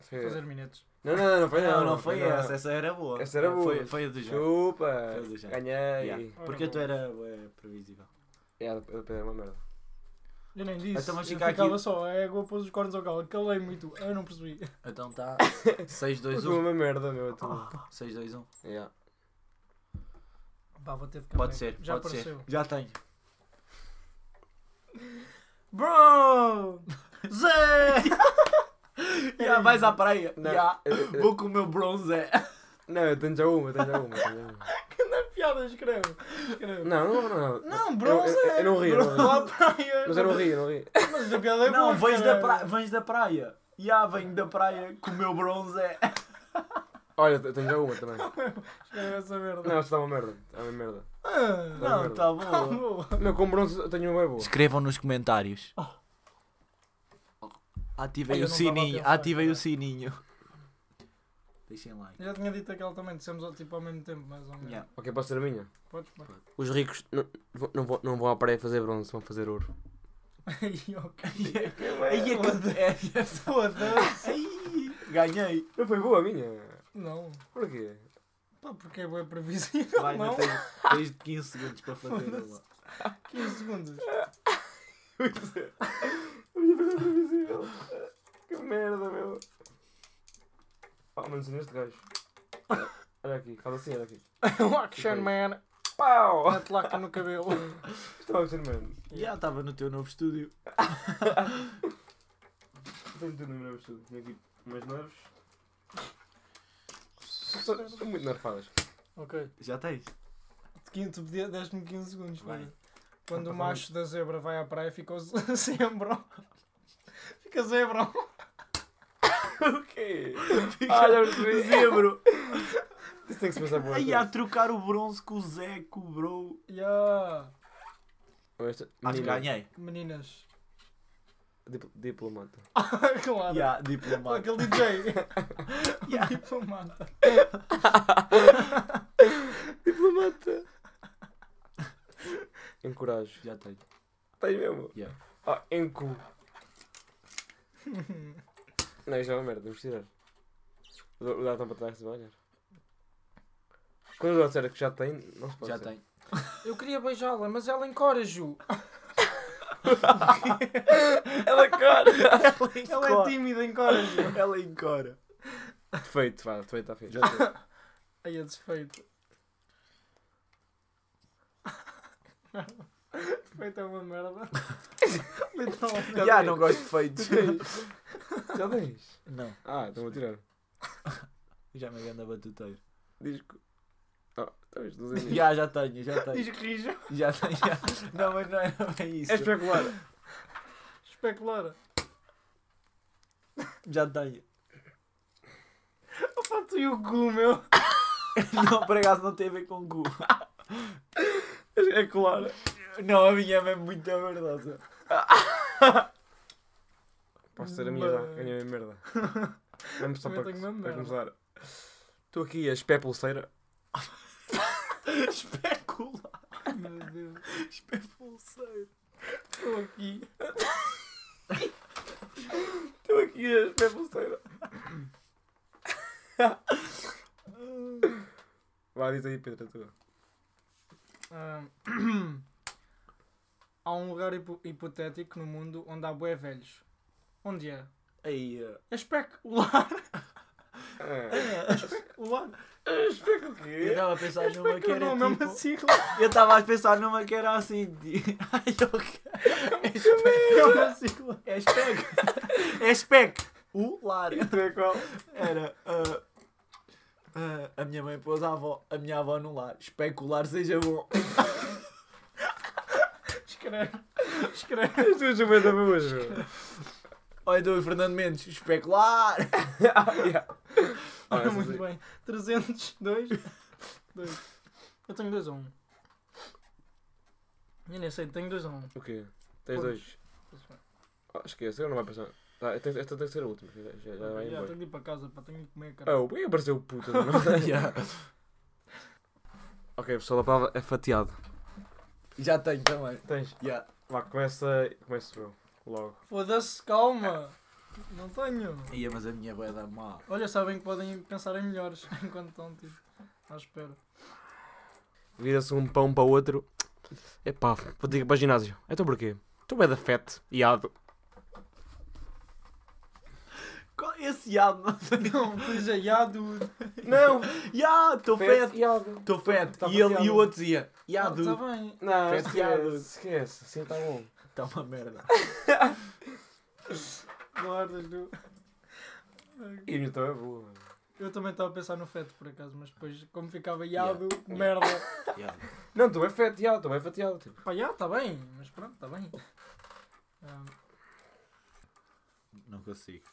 Foi-
Fazer minutos.
Não, não, não, não foi
não,
não.
não foi
não.
essa, essa era boa.
É, Essa era
Foi,
boa.
foi a do João.
Chupa!
Foi do Jean.
Ganhei!
Yeah. Porque a tua era bué, previsível.
É, a do Pedro é uma merda.
Eu nem disse.
Então vamos
eu
ficar aqui-
ficava só, a égua pôs os cornos ao cavalo. Calei-me e tu. Eu não percebi.
Então tá.
Foi
6-2-1.
uma merda, meu, tu.
Ah. 6-2-1.
Yeah.
Pá, vou ter de campanha.
Pode ser,
Já
pode
apareceu.
ser. Já tenho.
Bro!
Zé! Já vais à praia.
Não,
Já.
eu- eu- É
Vou com o meu bronze.
Não, eu tenho já uma, eu tenho já uma. eu tenho já uma.
Piada, escreve. escreve.
Não, não, não. não.
Não, bronze
Eu- eu- eu não ri, eu não ri.
Lá à praia.
Mas eu não ri, eu não ri.
Mas a piada é boa.
Não, vens da,
caralho.
pra... vens da praia. Já venho da praia com o meu bronze.
Olha, eu tenho já uma também.
Escreve essa merda.
Não, isto está uma merda. Está uma merda.
Ah,
Não, tá boa.
boa.
Não, com bronze eu tenho uma bem boa.
Escrevam nos comentários. Ativei
Olha,
o
não estava a
sininho,
pensar,
ativei o
caralho.
sininho. Deixem like.
Eu Já tinha dito aquele também, dissemos ao- tipo ao mesmo tempo, mais ou menos.
Yeah.
Ok, pode ser a minha.
Podes, pode.
Os ricos não, vão- não, vão, não vão à praia fazer bronze, vão fazer ouro.
Ai, ok.
Ai, é que- é-
Foda-se.
Ai, Ganhei.
Não foi boa a minha.
Não.
Porquê?
Pá, porque é bem previsível,
Vai,
não?
não tens, tens 15 segundos para fazer
Foda-se.
uma.
15 segundos.
A minha foi previsível. Que merda, meu. Pá, menos neste gajo. Olha aqui, fala assim, olha aqui.
Um action man.
Pau!
Mete laca no cabelo.
Estava a dizer, mano.
Já estava no teu novo estúdio.
Tenho tudo no meu estudo. Tenho aqui umas nervos. São, são muito nerfadas.
Ok.
Já tens?
De quin- Tu podia- deste-me 15 segundos,
Vai. Tá
filho. Quando o macho da zebra vai à praia, fica o ze- zebra. Fica zebra.
O quê? Olha, eu um percebi.
Zebro!
Isso tem que se pensar por
Ai, a trocar o bronze com o Zé, com o bro.
Ya.
Acho que
ganha.
ganhei.
Meninas.
Diplomata.
claro.
Já, diplomado.
Aquele Tipo, DJ.
Ya.
Diplomata.
Diplomata! Encorajo.
Já tenho.
Tens Tá mesmo?
Yeah.
Ah, encu. Não, isto é uma merda, vamos tirar. O Dor- o Dor está para trás, se vai olhar. Quando o Dor disser que já tem, não se pode
Já
ser.
tenho.
Eu queria beijá-la, mas ela encorajo.
Ela é cara.
Ela é tímida, encoraja.
Ela encora.
Defeito, vá, defeito está feito.
Já sei.
Aí é desfeito. Defeito é uma merda. Literalmente.
Já não gosto de feitos.
Já tens?
não,
Ah, então vou tirar.
já me engano a batuteiro.
Disco. Ah, talvez, não sei.
Já, já tenho, já tenho.
Diz rija.
Já tenho. já. Não, mas não era bem isso.
É especular.
Especular.
Já tenho.
Opa, tu e o cu, meu.
Não, por acaso não tem a ver com cu.
É claro.
Não, a minha é mesmo muito verdosa.
Posso ser a minha já, ganhei a merda. Vamos só
Também
para,
tenho uma
para
merda.
começar. Estou aqui a espé pulseira.
Especula.
Meu Deus.
é
Espepulseiro.
Estou aqui.
Estou aqui a espé pulseira.
Vá, diz aí, Pedro, a tua.
Ah, há um lugar hipo- hipotético no mundo onde há bué velhos. Onde é?
Aí, ó.
É especular.
Ah,
Especular.
Especular o
eu
quê?
estava a pensar numa que
Especular
era
não, é uma
tipo...
sigla.
Eu estava a pensar numa que era assim. de- Ai,
É
ok.
uma sigla.
É spec. É spec. O lar.
Tu é qual?
Era. ah, ah, a minha mãe pôs a avó. A minha avó no lar. Especular seja bom.
Escreve. Escreve.
As tuas chamadas da mesma jogo.
Olha então o Fernando Mendes. Especular.
Ah, essa
Muito
sei.
bem. 300, 2, 2. Eu tenho 2 a 1. Um. Eu nem sei, tenho 2 a 1. Um.
O quê? Tens
Pois.
dois? Ah, esquece, eu não vai passar. Tá, eu tenho- esta tem que ser a última. Já, já, já vai
Já
embora.
tenho de ir para casa, pá, tenho de comer, cara.
Oh, bem apareceu o puto. do nada. ok, pessoal, a palavra é fatiado.
Já tenho também.
Tens.
Yeah.
Vá, começa. Começo eu. Logo.
Foda-se, calma. Não tenho.
Ia, mas a minha vai dar mal.
Olha, sabem que podem pensar em melhores enquanto estão tipo, à espera.
Vira-se um pão para o outro. Epá, vou ter que ir para o ginásio. Então porquê? Tu é da fete, iado.
Qual- é Esse iado não tem.
Não, pois é, já do.
Não!
Iado, estou fed.
Fetiado.
Estou fed.
Tá
E, ele, e
fatiado.
o outro dizia.
Ah,
Iado.
tá bem.
Não,
Fetiado.
esquece. Esquece. Assim está bom.
Está Tá uma merda.
Guardas do.
E então é boa, mano.
Eu também estava a pensar no feto por acaso, mas depois, como ficava Yado, merda.
Iado.
Não, tu é fatiado, tu é fatiado. Tipo.
Pá, já, está bem, mas pronto, está bem. Ah,
Não consigo.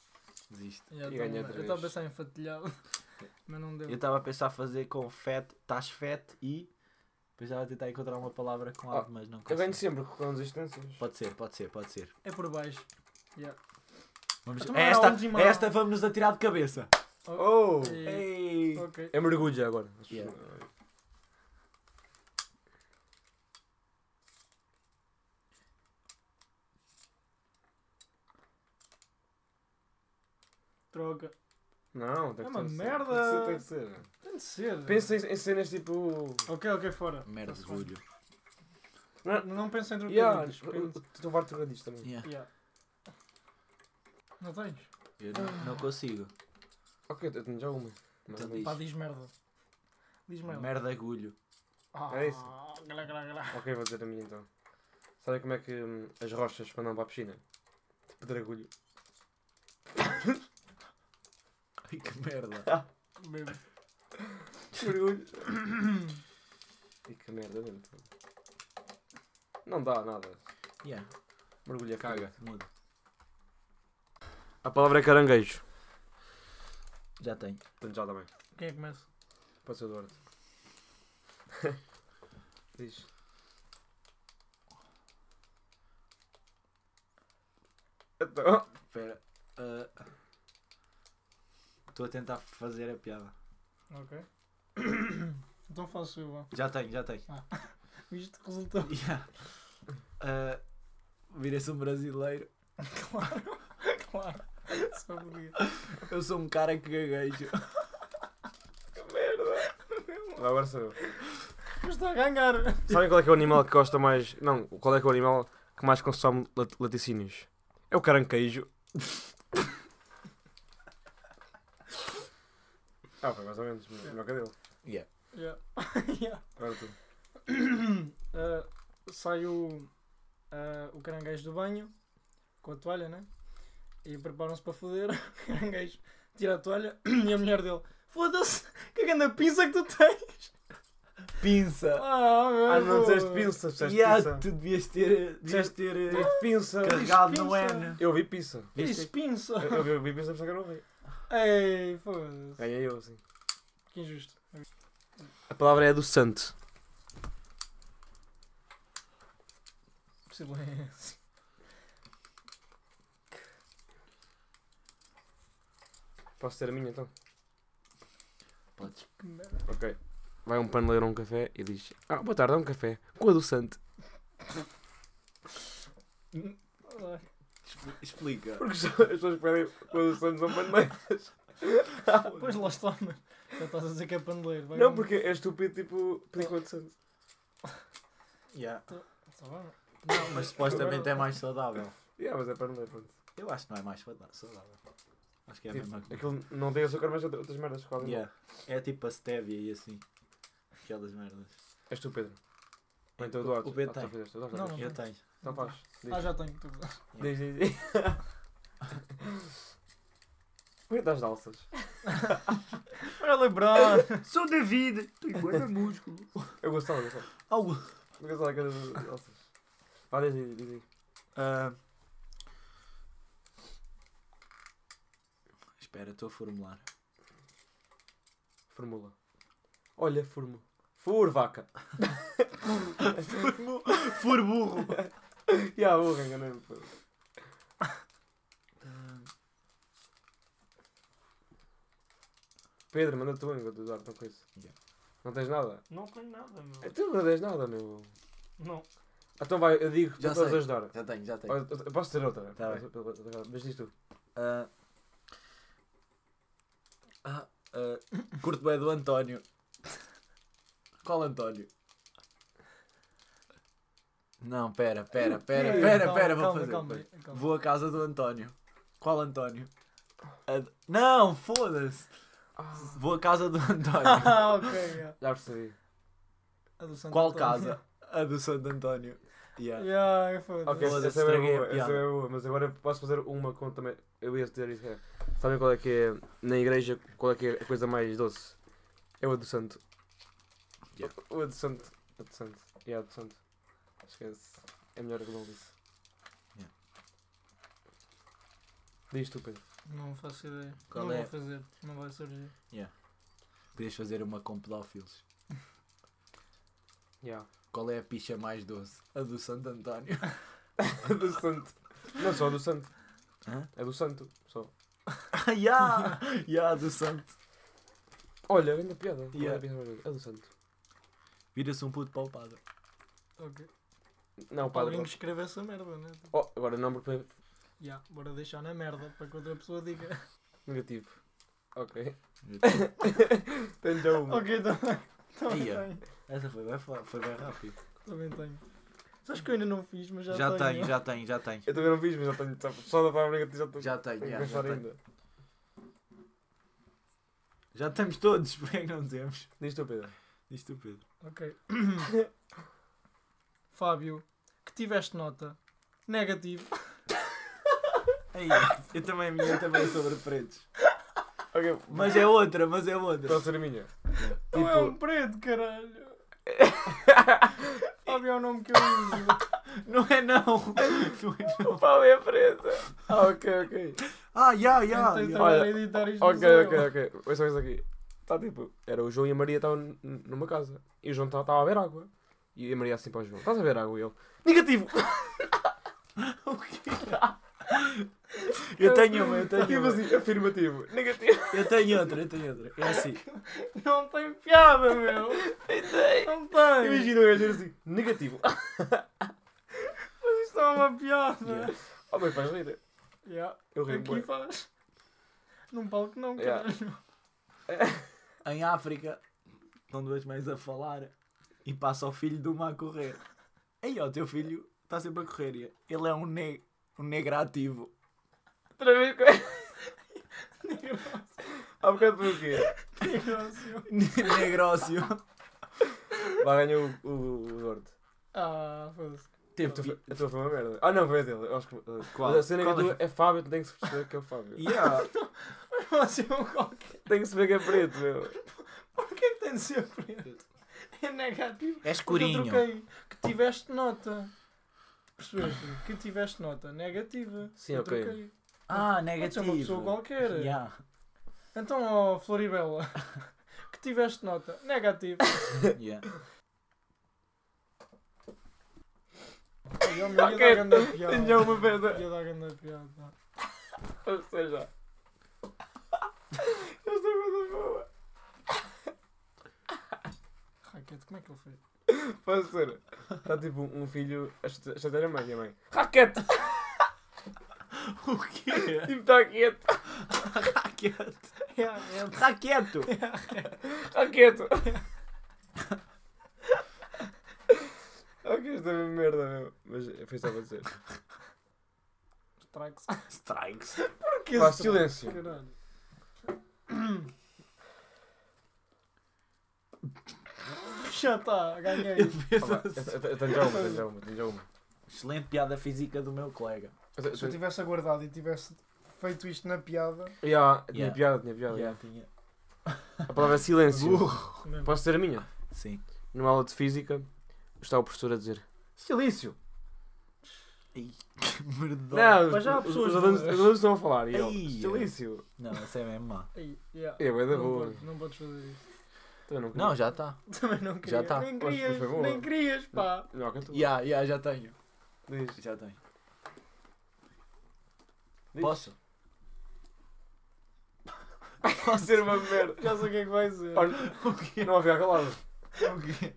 Desisto.
já,
E
tá
ganha
bem.
três.
eu estava a pensar em fatilhado, mas não deu.
Eu estava a pensar fazer com fat, estás fat e. Depois estava a tentar encontrar uma palavra com
Ah,
algo, mas não
Eu ganho
consigo.
sempre com resistências.
Pode ser, pode ser, pode ser.
É por baixo.
Vamos...
Então,
É
era
Esta,
onde,
é
mano?
esta vamos nos atirar de cabeça.
Oh!
E-
Ei.
Ok.
É mergulho já agora.
Yeah.
é
Droga.
Não, tem
É
que ser,
uma
assim.
merda.
Tem que ser, tem que ser.
Tem de ser.
Pensa em, em cenas tipo.
Ok, ok, fora.
Merda de
Tá-se bem.
orgulho.
Não pensem em
Yeah,
trocadilhos. pensa-
estou farto de disto também.
Yeah.
Yeah. Não tens?
Eu não, não consigo.
Ok, eu tenho já uma. Mas
Então
não-
diz.
Pá, diz merda. Diz merda.
Merda agulho.
Ah,
É isso.
Galá, galá, galá.
Ok, vou dizer a minha então. Sabe como é que hum, as rochas mandam para a piscina? Tipo dragulho.
Ai que merda.
Mesmo.
Mergulho. e que merda, mesmo. pô. Não dá nada. é
Yeah.
Mergulha
Caga, muda.
A palavra é caranguejo.
Já tenho.
Tenho já também.
Quem é que começa?
Pode ser o Duarte. diz. Então,
Espera. Ah. Estou a tentar fazer a piada.
Ok. então faço eu. vá.
Já tenho, já tenho.
Isto resultou.
Yeah. Ah, Vira-se um brasileiro.
Claro. claro. Só podia.
Eu sou um cara que gaguejo.
agora sou eu.
Mas está a ganhar.
Sabem qual é que é o animal que gosta mais. Não, qual é que é o animal
que mais consome lat- laticínios? É o caranquejo.
Ah, foi mais ou menos. Melhor que a dele.
Yeah. yeah.
Agora tu.
Ah, sai o, ah, o caranguejo do banho com a toalha, né? E preparam-se para foder. O caranguejo tira a toalha e a mulher dele: Foda-se, que grande pinça que tu tens!
Pinça!
Ah, meu
Ah,
Deus.
não disseste pinça, disseste
Ya,
pizza.
tu devias ter, devias
Disseste-
ter eh,
Disseste pinça.
carregado
pinça.
no N.
Eu vi pizza.
Diz pinça!
Eu- Eu vi- eu vi pizza, pensei é que era o rei.
Ei, foda-se.
Ganhei eu, sim.
Que injusto.
A palavra é adoçante.
Silêncio.
Posso ter a minha então?
Podes.
Que merda.
Ok.
Vai um paneleiro a um café e diz: Ah, boa tarde, há um café. Com adoçante.
Ai,
Expli- Explica.
Porque só- as pessoas pedem quando os santos são pandeiro.
Ah, Pois lá está, mas já estás a dizer que é pandeiro. vai
Não,
um-
porque é estúpido, tipo, pedir quando santos.
Ya.
Tá bem.
Não, mas supostamente é mais saudável.
Yeah, mas é pandeiro, pronto.
Eu acho que não é mais sauda- saudável. Acho que é a
Tipo,
mesma coisa.
Aquilo não tem açúcar, mas outra- outras merdas que comem.
Yeah. É tipo a stevia e assim. Aquelas merdas.
És tu, Pedro. Ou É então
O-
o Duarte.
o Pedro
Ah, tu já
tem.
fizeste, tu já
Não,
fizeste.
Eu tenho.
Então faz.
Ah,
Diz,
já tenho. tudo.
diz, diz. diz. Como é que estás de alças?
Olha, LeBron!
Sou David! Tu guarda músculo.
Eu gostava, eu gostava.
Algo.
Eu gostava daquelas alças. Vá, diz, diz, diz. diz.
Ah. Espera, estou a formular.
Formula.
Olha, furmo. Fur, vaca.
For burro!
E a burra, enganei-me. pô. Pedro, manda tu enquanto o Duarte não coisa.
Yeah.
Não tens nada?
Não tenho nada, meu.
Eh, Tu não tens nada, meu.
Não.
Então vai, eu digo que tu
Já
estás a
sei.
ajudar.
já tenho, já tenho.
Ou- ou- Posso ter outra?
Tá bem.
Mas diz tu.
Ah. Ah, ah, curto bem do António. Qual António? Não, pera, pera, pera,
Ei,
pera,
calma,
pera, vou
calma,
fazer.
calma,
pera.
calma.
Vou à casa do António. Qual António? A d- Não, foda-se! Vou à casa do António.
Ah, ok, yeah.
Já percebi.
A do Santo
Qual
António.
casa? A do Santo António. Yeah.
Yeah, foda-se.
Ok,
Foda-se,
essa é
estraguei a
boa, essa
piada.
é boa. Mas agora posso fazer uma com também. Eu ia dizer isso. é. Sabem qual é que é, na igreja, qual é que é a coisa mais doce? É o adoçante.
Yeah.
O adoçante. Adoçante. É yeah, adoçante. Esquece. É melhor que não disse.
Yeah.
Diz tu, Pedro.
Não faço ideia.
Qual
não
é?
vou fazer. Não vai surgir.
Podias fazer uma com pedófilos.
Yeah.
Qual é a picha mais doce? A do Santo António.
adoçante. Não, só adoçante.
Hã?
É do santo. Só.
Ya! Ya, do santo.
Olha, ainda piada. Qual É
Yeah.
a piada mais doce? É do santo.
Vira-se um puto palpado.
Ok.
Então
Não,
Alguém
padre.
que escreve essa merda, né?
Oh, agora não, porque
Yeah, bora deixar na merda para que outra pessoa diga.
Negativo. Ok. Tenho já uma.
ok, também. Também
Ia.
tenho.
Essa foi bem, fa- foi bem rápido.
Também tenho. Sabes que eu ainda não fiz, mas já,
Já
tenho.
tenho, já tenho, já tenho.
Eu também não fiz, mas já tenho. sabe, Só da palavra negativa já tenho.
Já tenho,
tenho que
já, já
gastar
tenho.
ainda.
Já estamos todos, porquê que não temos?
Diz tu, Pedro.
Diz tu, Pedro.
Ok. Fábio, que tiveste nota negativo.
Aí, eu também, a minha também é sobre pretos.
Ok,
Mas é outra, mas é outra.
pode ser a minha.
Não é um
Tipo,
preto, caralho. Fábio é o nome que eu uso.
Não é não. Não é não.
o pau é a preta. Ah, ok, ok.
Ah, já, já.
Tentei
já.
trabalhar a
Olha,
editar isto.
Ok,
mas
ok,
eu-
ok. Olha só isso aqui. Está tipo, era o João e a Maria estavam n- numa casa. E o João estava a ver água. E a Maria assim para o João: Estás a ver água? E ele: Negativo!
O quê? Eu tenho uma, eu tenho
Tipo
uma.
assim, afirmativo. Negativo.
Eu tenho outra, eu tenho outra. É assim.
Não tem piada, meu. Não tem.
Imagina o gajo assim: Negativo.
Isto é uma piada.
Yeah.
Oh, mas faz rir.
Yeah.
Eu ri
Aqui
muito.
faz. Num palco não,
Yeah.
caralho.
Em África, estão dois mães a falar e passa o filho de uma a correr. Aí, ó, teu filho está sempre a correr. e Ele é um, ne um negro ativo.
Outra vez com. Há bocado tu o quê?
Negócio.
Negrócio.
Lá ganhou o, o, o Dorte.
Ah, foda-se.
Teve, tu, a tua foi uma merda. Ah, não, foi a dele. eu Acho que,
Qual?
Mas A cena
Qual
que
é?
tu é Fábio, tu tem que se perceber que é o Fábio.
Yeah.
Negócio é um qualquer.
Tem que se ver que é preto, meu.
Porquê que tem de ser preto? É negativo.
É
Porque Eu
escurinho.
troquei. Que tiveste nota. Percebeste? Que tiveste nota negativa.
Sim,
Eu
ok.
troquei.
Ah,
Pode ser
negativo.
uma pessoa qualquer.
Yeah.
Então, ó Floribela, que tiveste nota negativa.
Yeah.
Ai, ó, é meu, ia dar
Ok,
grande piada.
é Tinha uma merda.
Ia dar grande piada.
Ou seja. Esta é muito boa.
Raquete, como é que ele fez?
Pode ser. Está tipo um filho a chate- a chatear a mãe e a mãe. Raquete!
O quê?
Tipo, está quieto.
Raquete.
É, é,
Raquete.
Raquete! Ok, esta é uma merda, meu. Mas foi só para dizer.
strikes.
Strikes.
Porquê
Vá,
strikes,
silêncio.
Caralho. Já está, ganhei.
Ah, vá, eu- eu- Eu tenho já uma, tenho já uma, tenho já uma.
Excelente piada física do meu colega.
Eu tenho-
Se eu tivesse aguardado e tivesse feito isto na piada,
Ya, tinha
Yeah.
piada, tinha piada.
Yeah, tinha.
A palavra é silêncio.
mesmo.
Posso ser a minha?
Sim.
Numa aula de física, está o professor a dizer silêncio.
Ai, que merda.
Não,
Mas
os,
já há
os-
pessoas
os alunos, os
boas.
alunos estão a falar e eu,
Ai,
silêncio.
Não, essa é mesmo má.
Aí, yeah.
É, bué da
não,
boa. Então,
podes, não podes fazer isso.
Também não queria.
Não, já está.
Também não queria.
tá.
Nem
Pois,
querias,
foi boa.
nem querias, pá.
Não, que eu estou.
Yeah, yeah, já tenho.
Diz,
Já tenho.
diz.
Posso?
Posso ser uma merda.
Já sei o que é que vai ser.
Olha, Não vai ficar calado.
O quê?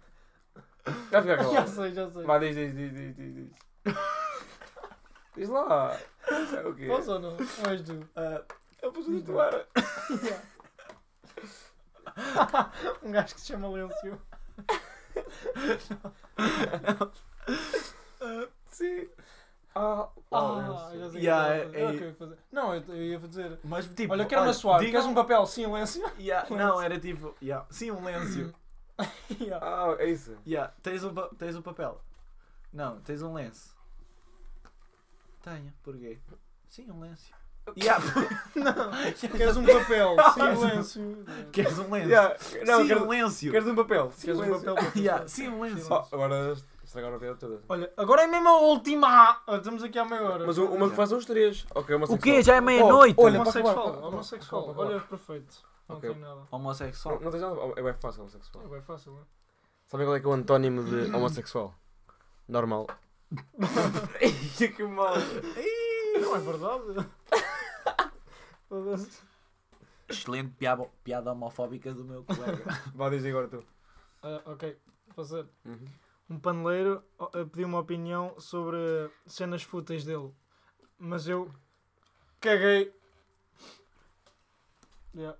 Vai ficar
Já
calado.
sei, já sei.
Vai, diz, diz, diz, diz, diz. Diz, diz lá. É o quê?
Posso ou não? Ou és tu?
Eu posso atuar.
um gajo que se chama Lencio.
Sim. Ah,
Ah, já
ah,
sei o que
Yeah,
é que eu ia fazer. Era o
é-
que eu ia fazer. Não, eu, eu ia dizer.
Mas tipo.
olha, quero uma suave.
diga-
Queres um papel? Sim, Lencio.
Yeah, não, era tipo. Yeah. Sim, um lenço.
yeah.
ah, é isso.
Yeah. Tens, um pa- tens um papel? Não, tens um lenço. Tenho, porquê? Sim, um lenço. Yeah.
Queres um papel? Sim, Lencio.
Queres um lenço?
Yeah, Não,
Sim, é assim.
queres,
um lenço.
queres um papel?
Queres um papel? para
Yeah,
passar?
Sim, um lenço.
Oh, agora estragaram a piada toda.
Olha, agora é mesmo a última. Ah, Estamos aqui à meia hora.
Mas uma que faz uns três. Ok, uma
O quê? Já é meia-noite?
olha, para acabar, para
homossexual.
acabar,
Homossexual.
para acabar.
Olha, perfeito. Não
Ok.
tem nada.
Não,
Oh, Homossexual.
não tens nada. É bem fácil
É
homossexual.
bem fácil, não é?
Sabem qual é que é o antónimo de homossexual? Normal. que mal.
Não é verdade? Foda-se.
Excelente piada, piada homofóbica do meu colega.
Vá, diz agora tu.
Ah, ok, vou fazer.
Uhum.
um paneleiro ó, eh, pediu uma opinião sobre cenas fúteis dele. Mas eu caguei. Yeah.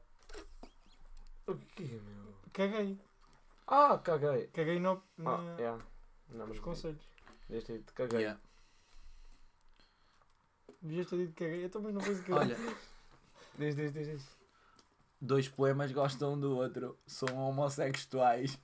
O quê, meu?
Caguei.
Ah, caguei.
Caguei no, na,
Ah,
é.
yeah. Não, mas
nos conselhos.
Deixa eu te caguei.
Yeah.
Devias ter dito caguei. Eu também não fiz o que
Olha,
Diz, diz, diz, diz.
dois poemas gostam um do outro, são homossexuais.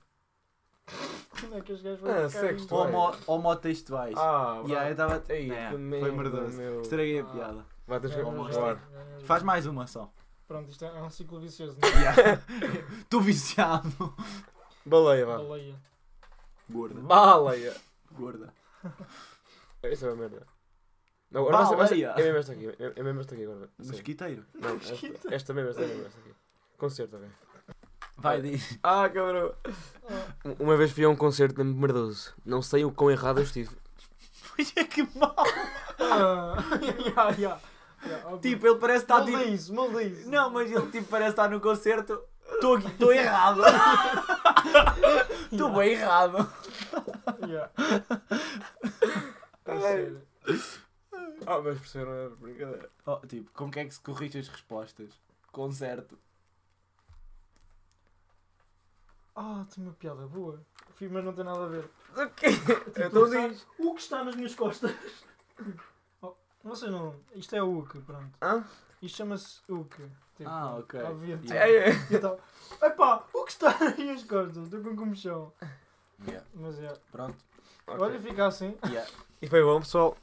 Onde é que os gajos vão ficar
Ah, sexo,
aí?
Ué.
Homo, homotextuais.
Ah,
Yeah, eu estava.
Ei,
É,
que
foi
merda,
merdoso.
meu.
Estraguei a
Ah.
piada.
Vá, tens que
É,
vamos
é,
acabar.
é, é.
Faz mais uma só.
Pronto, isto é um ciclo vicioso. Né?
Tu viciado.
Baleia, vá.
é Baleia.
Gorda.
Baleia.
Gorda.
Esta é uma merda. Não, agora vai ser- vai ser-
Baleia.
É mesmo esta aqui. É é mesmo esta aqui agora. Sim.
Mosquiteiro.
Não, esta, esta mesmo, esta mesmo, esta aqui. Concerto, ok.
Vai, diz.
Ah, cabrão.
Ah,
Uma vez fui a um concerto mesmo merdoso. Não sei o quão errado eu estive.
Olha é que mal.
ah, yeah, yeah, yeah, óbvio.
Tipo, ele parece estar.
malda isso, malda isso.
Não, mas ele tipo parece estar no concerto. Estou aqui, estou errado. Estou bem errado.
Yeah.
Ai.
A sério.
Ah, mas perceberam a brincadeira.
Oh, tipo, como que é que se corrige as respostas? Concerto.
Ah, tenho uma piada boa. Fui, mas não tem nada a ver.
O quê?
Tipo,
Então
o que
diz.
está- O que está nas minhas costas? Oh, não sei não. Isto é o Uke, pronto.
Hã?
Isto chama-se Uke. Tipo,
Ah, ok.
Obviamente.
Yeah.
É, é.
Então, epá, o que está nas minhas costas? Estou com comichão.
Yeah.
Mas é.
Pronto.
Ok.
Olha, fica assim.
Yeah.
E foi bom, pessoal.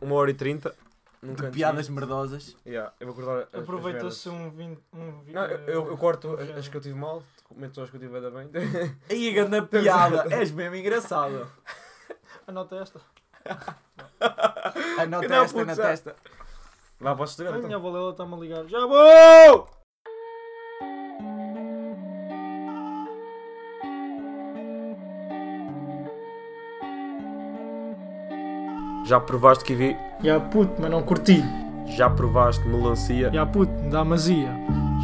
1 hora e 30.
De piadas merdosas.
Yeah, eu vou cortar as- as
Aproveita-se
merdas.
um vinho. Um vinho
Não, eu, eu- eu corto
eh,
as, as que eu tive mal, comento só as que eu tive ainda bem.
Aí, grande piada. És mesmo engraçada.
Anota esta.
Anota
Não,
esta na
puto, já.
testa.
Lá posso
A
estrear
minha
então.
avó ela está-me a ligar. Já vou!
Já provaste kiwi?
Já puto, mas não curti.
Já provaste melancia?
Já puto, me dá masia.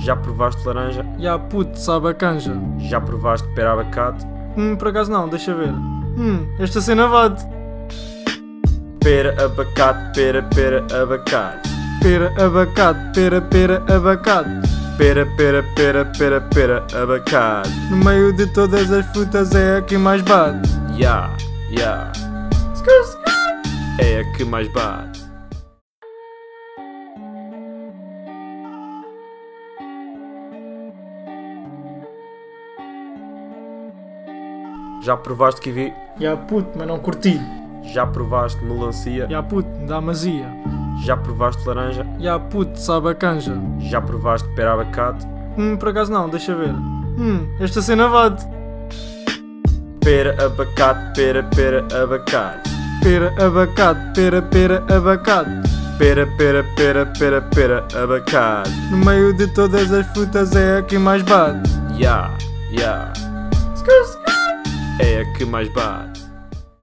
Já provaste laranja?
Já puto, sabe a canja.
Já provaste pera abacate?
Hum, por acaso não, deixa ver. Hum, esta cena bate.
Pera, abacate, pera, pera, abacate.
Pera, abacate, pera, pera, abacate.
Pera, pera, pera, pera, pera, abacate.
No meio de todas as frutas é a que mais bate.
Ya, ya. É a que mais bate. Já provaste kiwi?
Já puto, mas não curti.
Já provaste melancia?
Já puto, me dá masia.
Já provaste laranja?
Já puto, sabe a canja.
Já provaste pera abacate?
Hum, por acaso não, deixa ver. Hum, esta cena bate.
Pera, abacate, pera, pera, abacate.
Pera, abacate, pera, pera, abacate.
Pera, pera, pera, pera, pera, abacate.
No meio de todas as frutas é a que mais bate.
Ya, ya. É a que mais bate.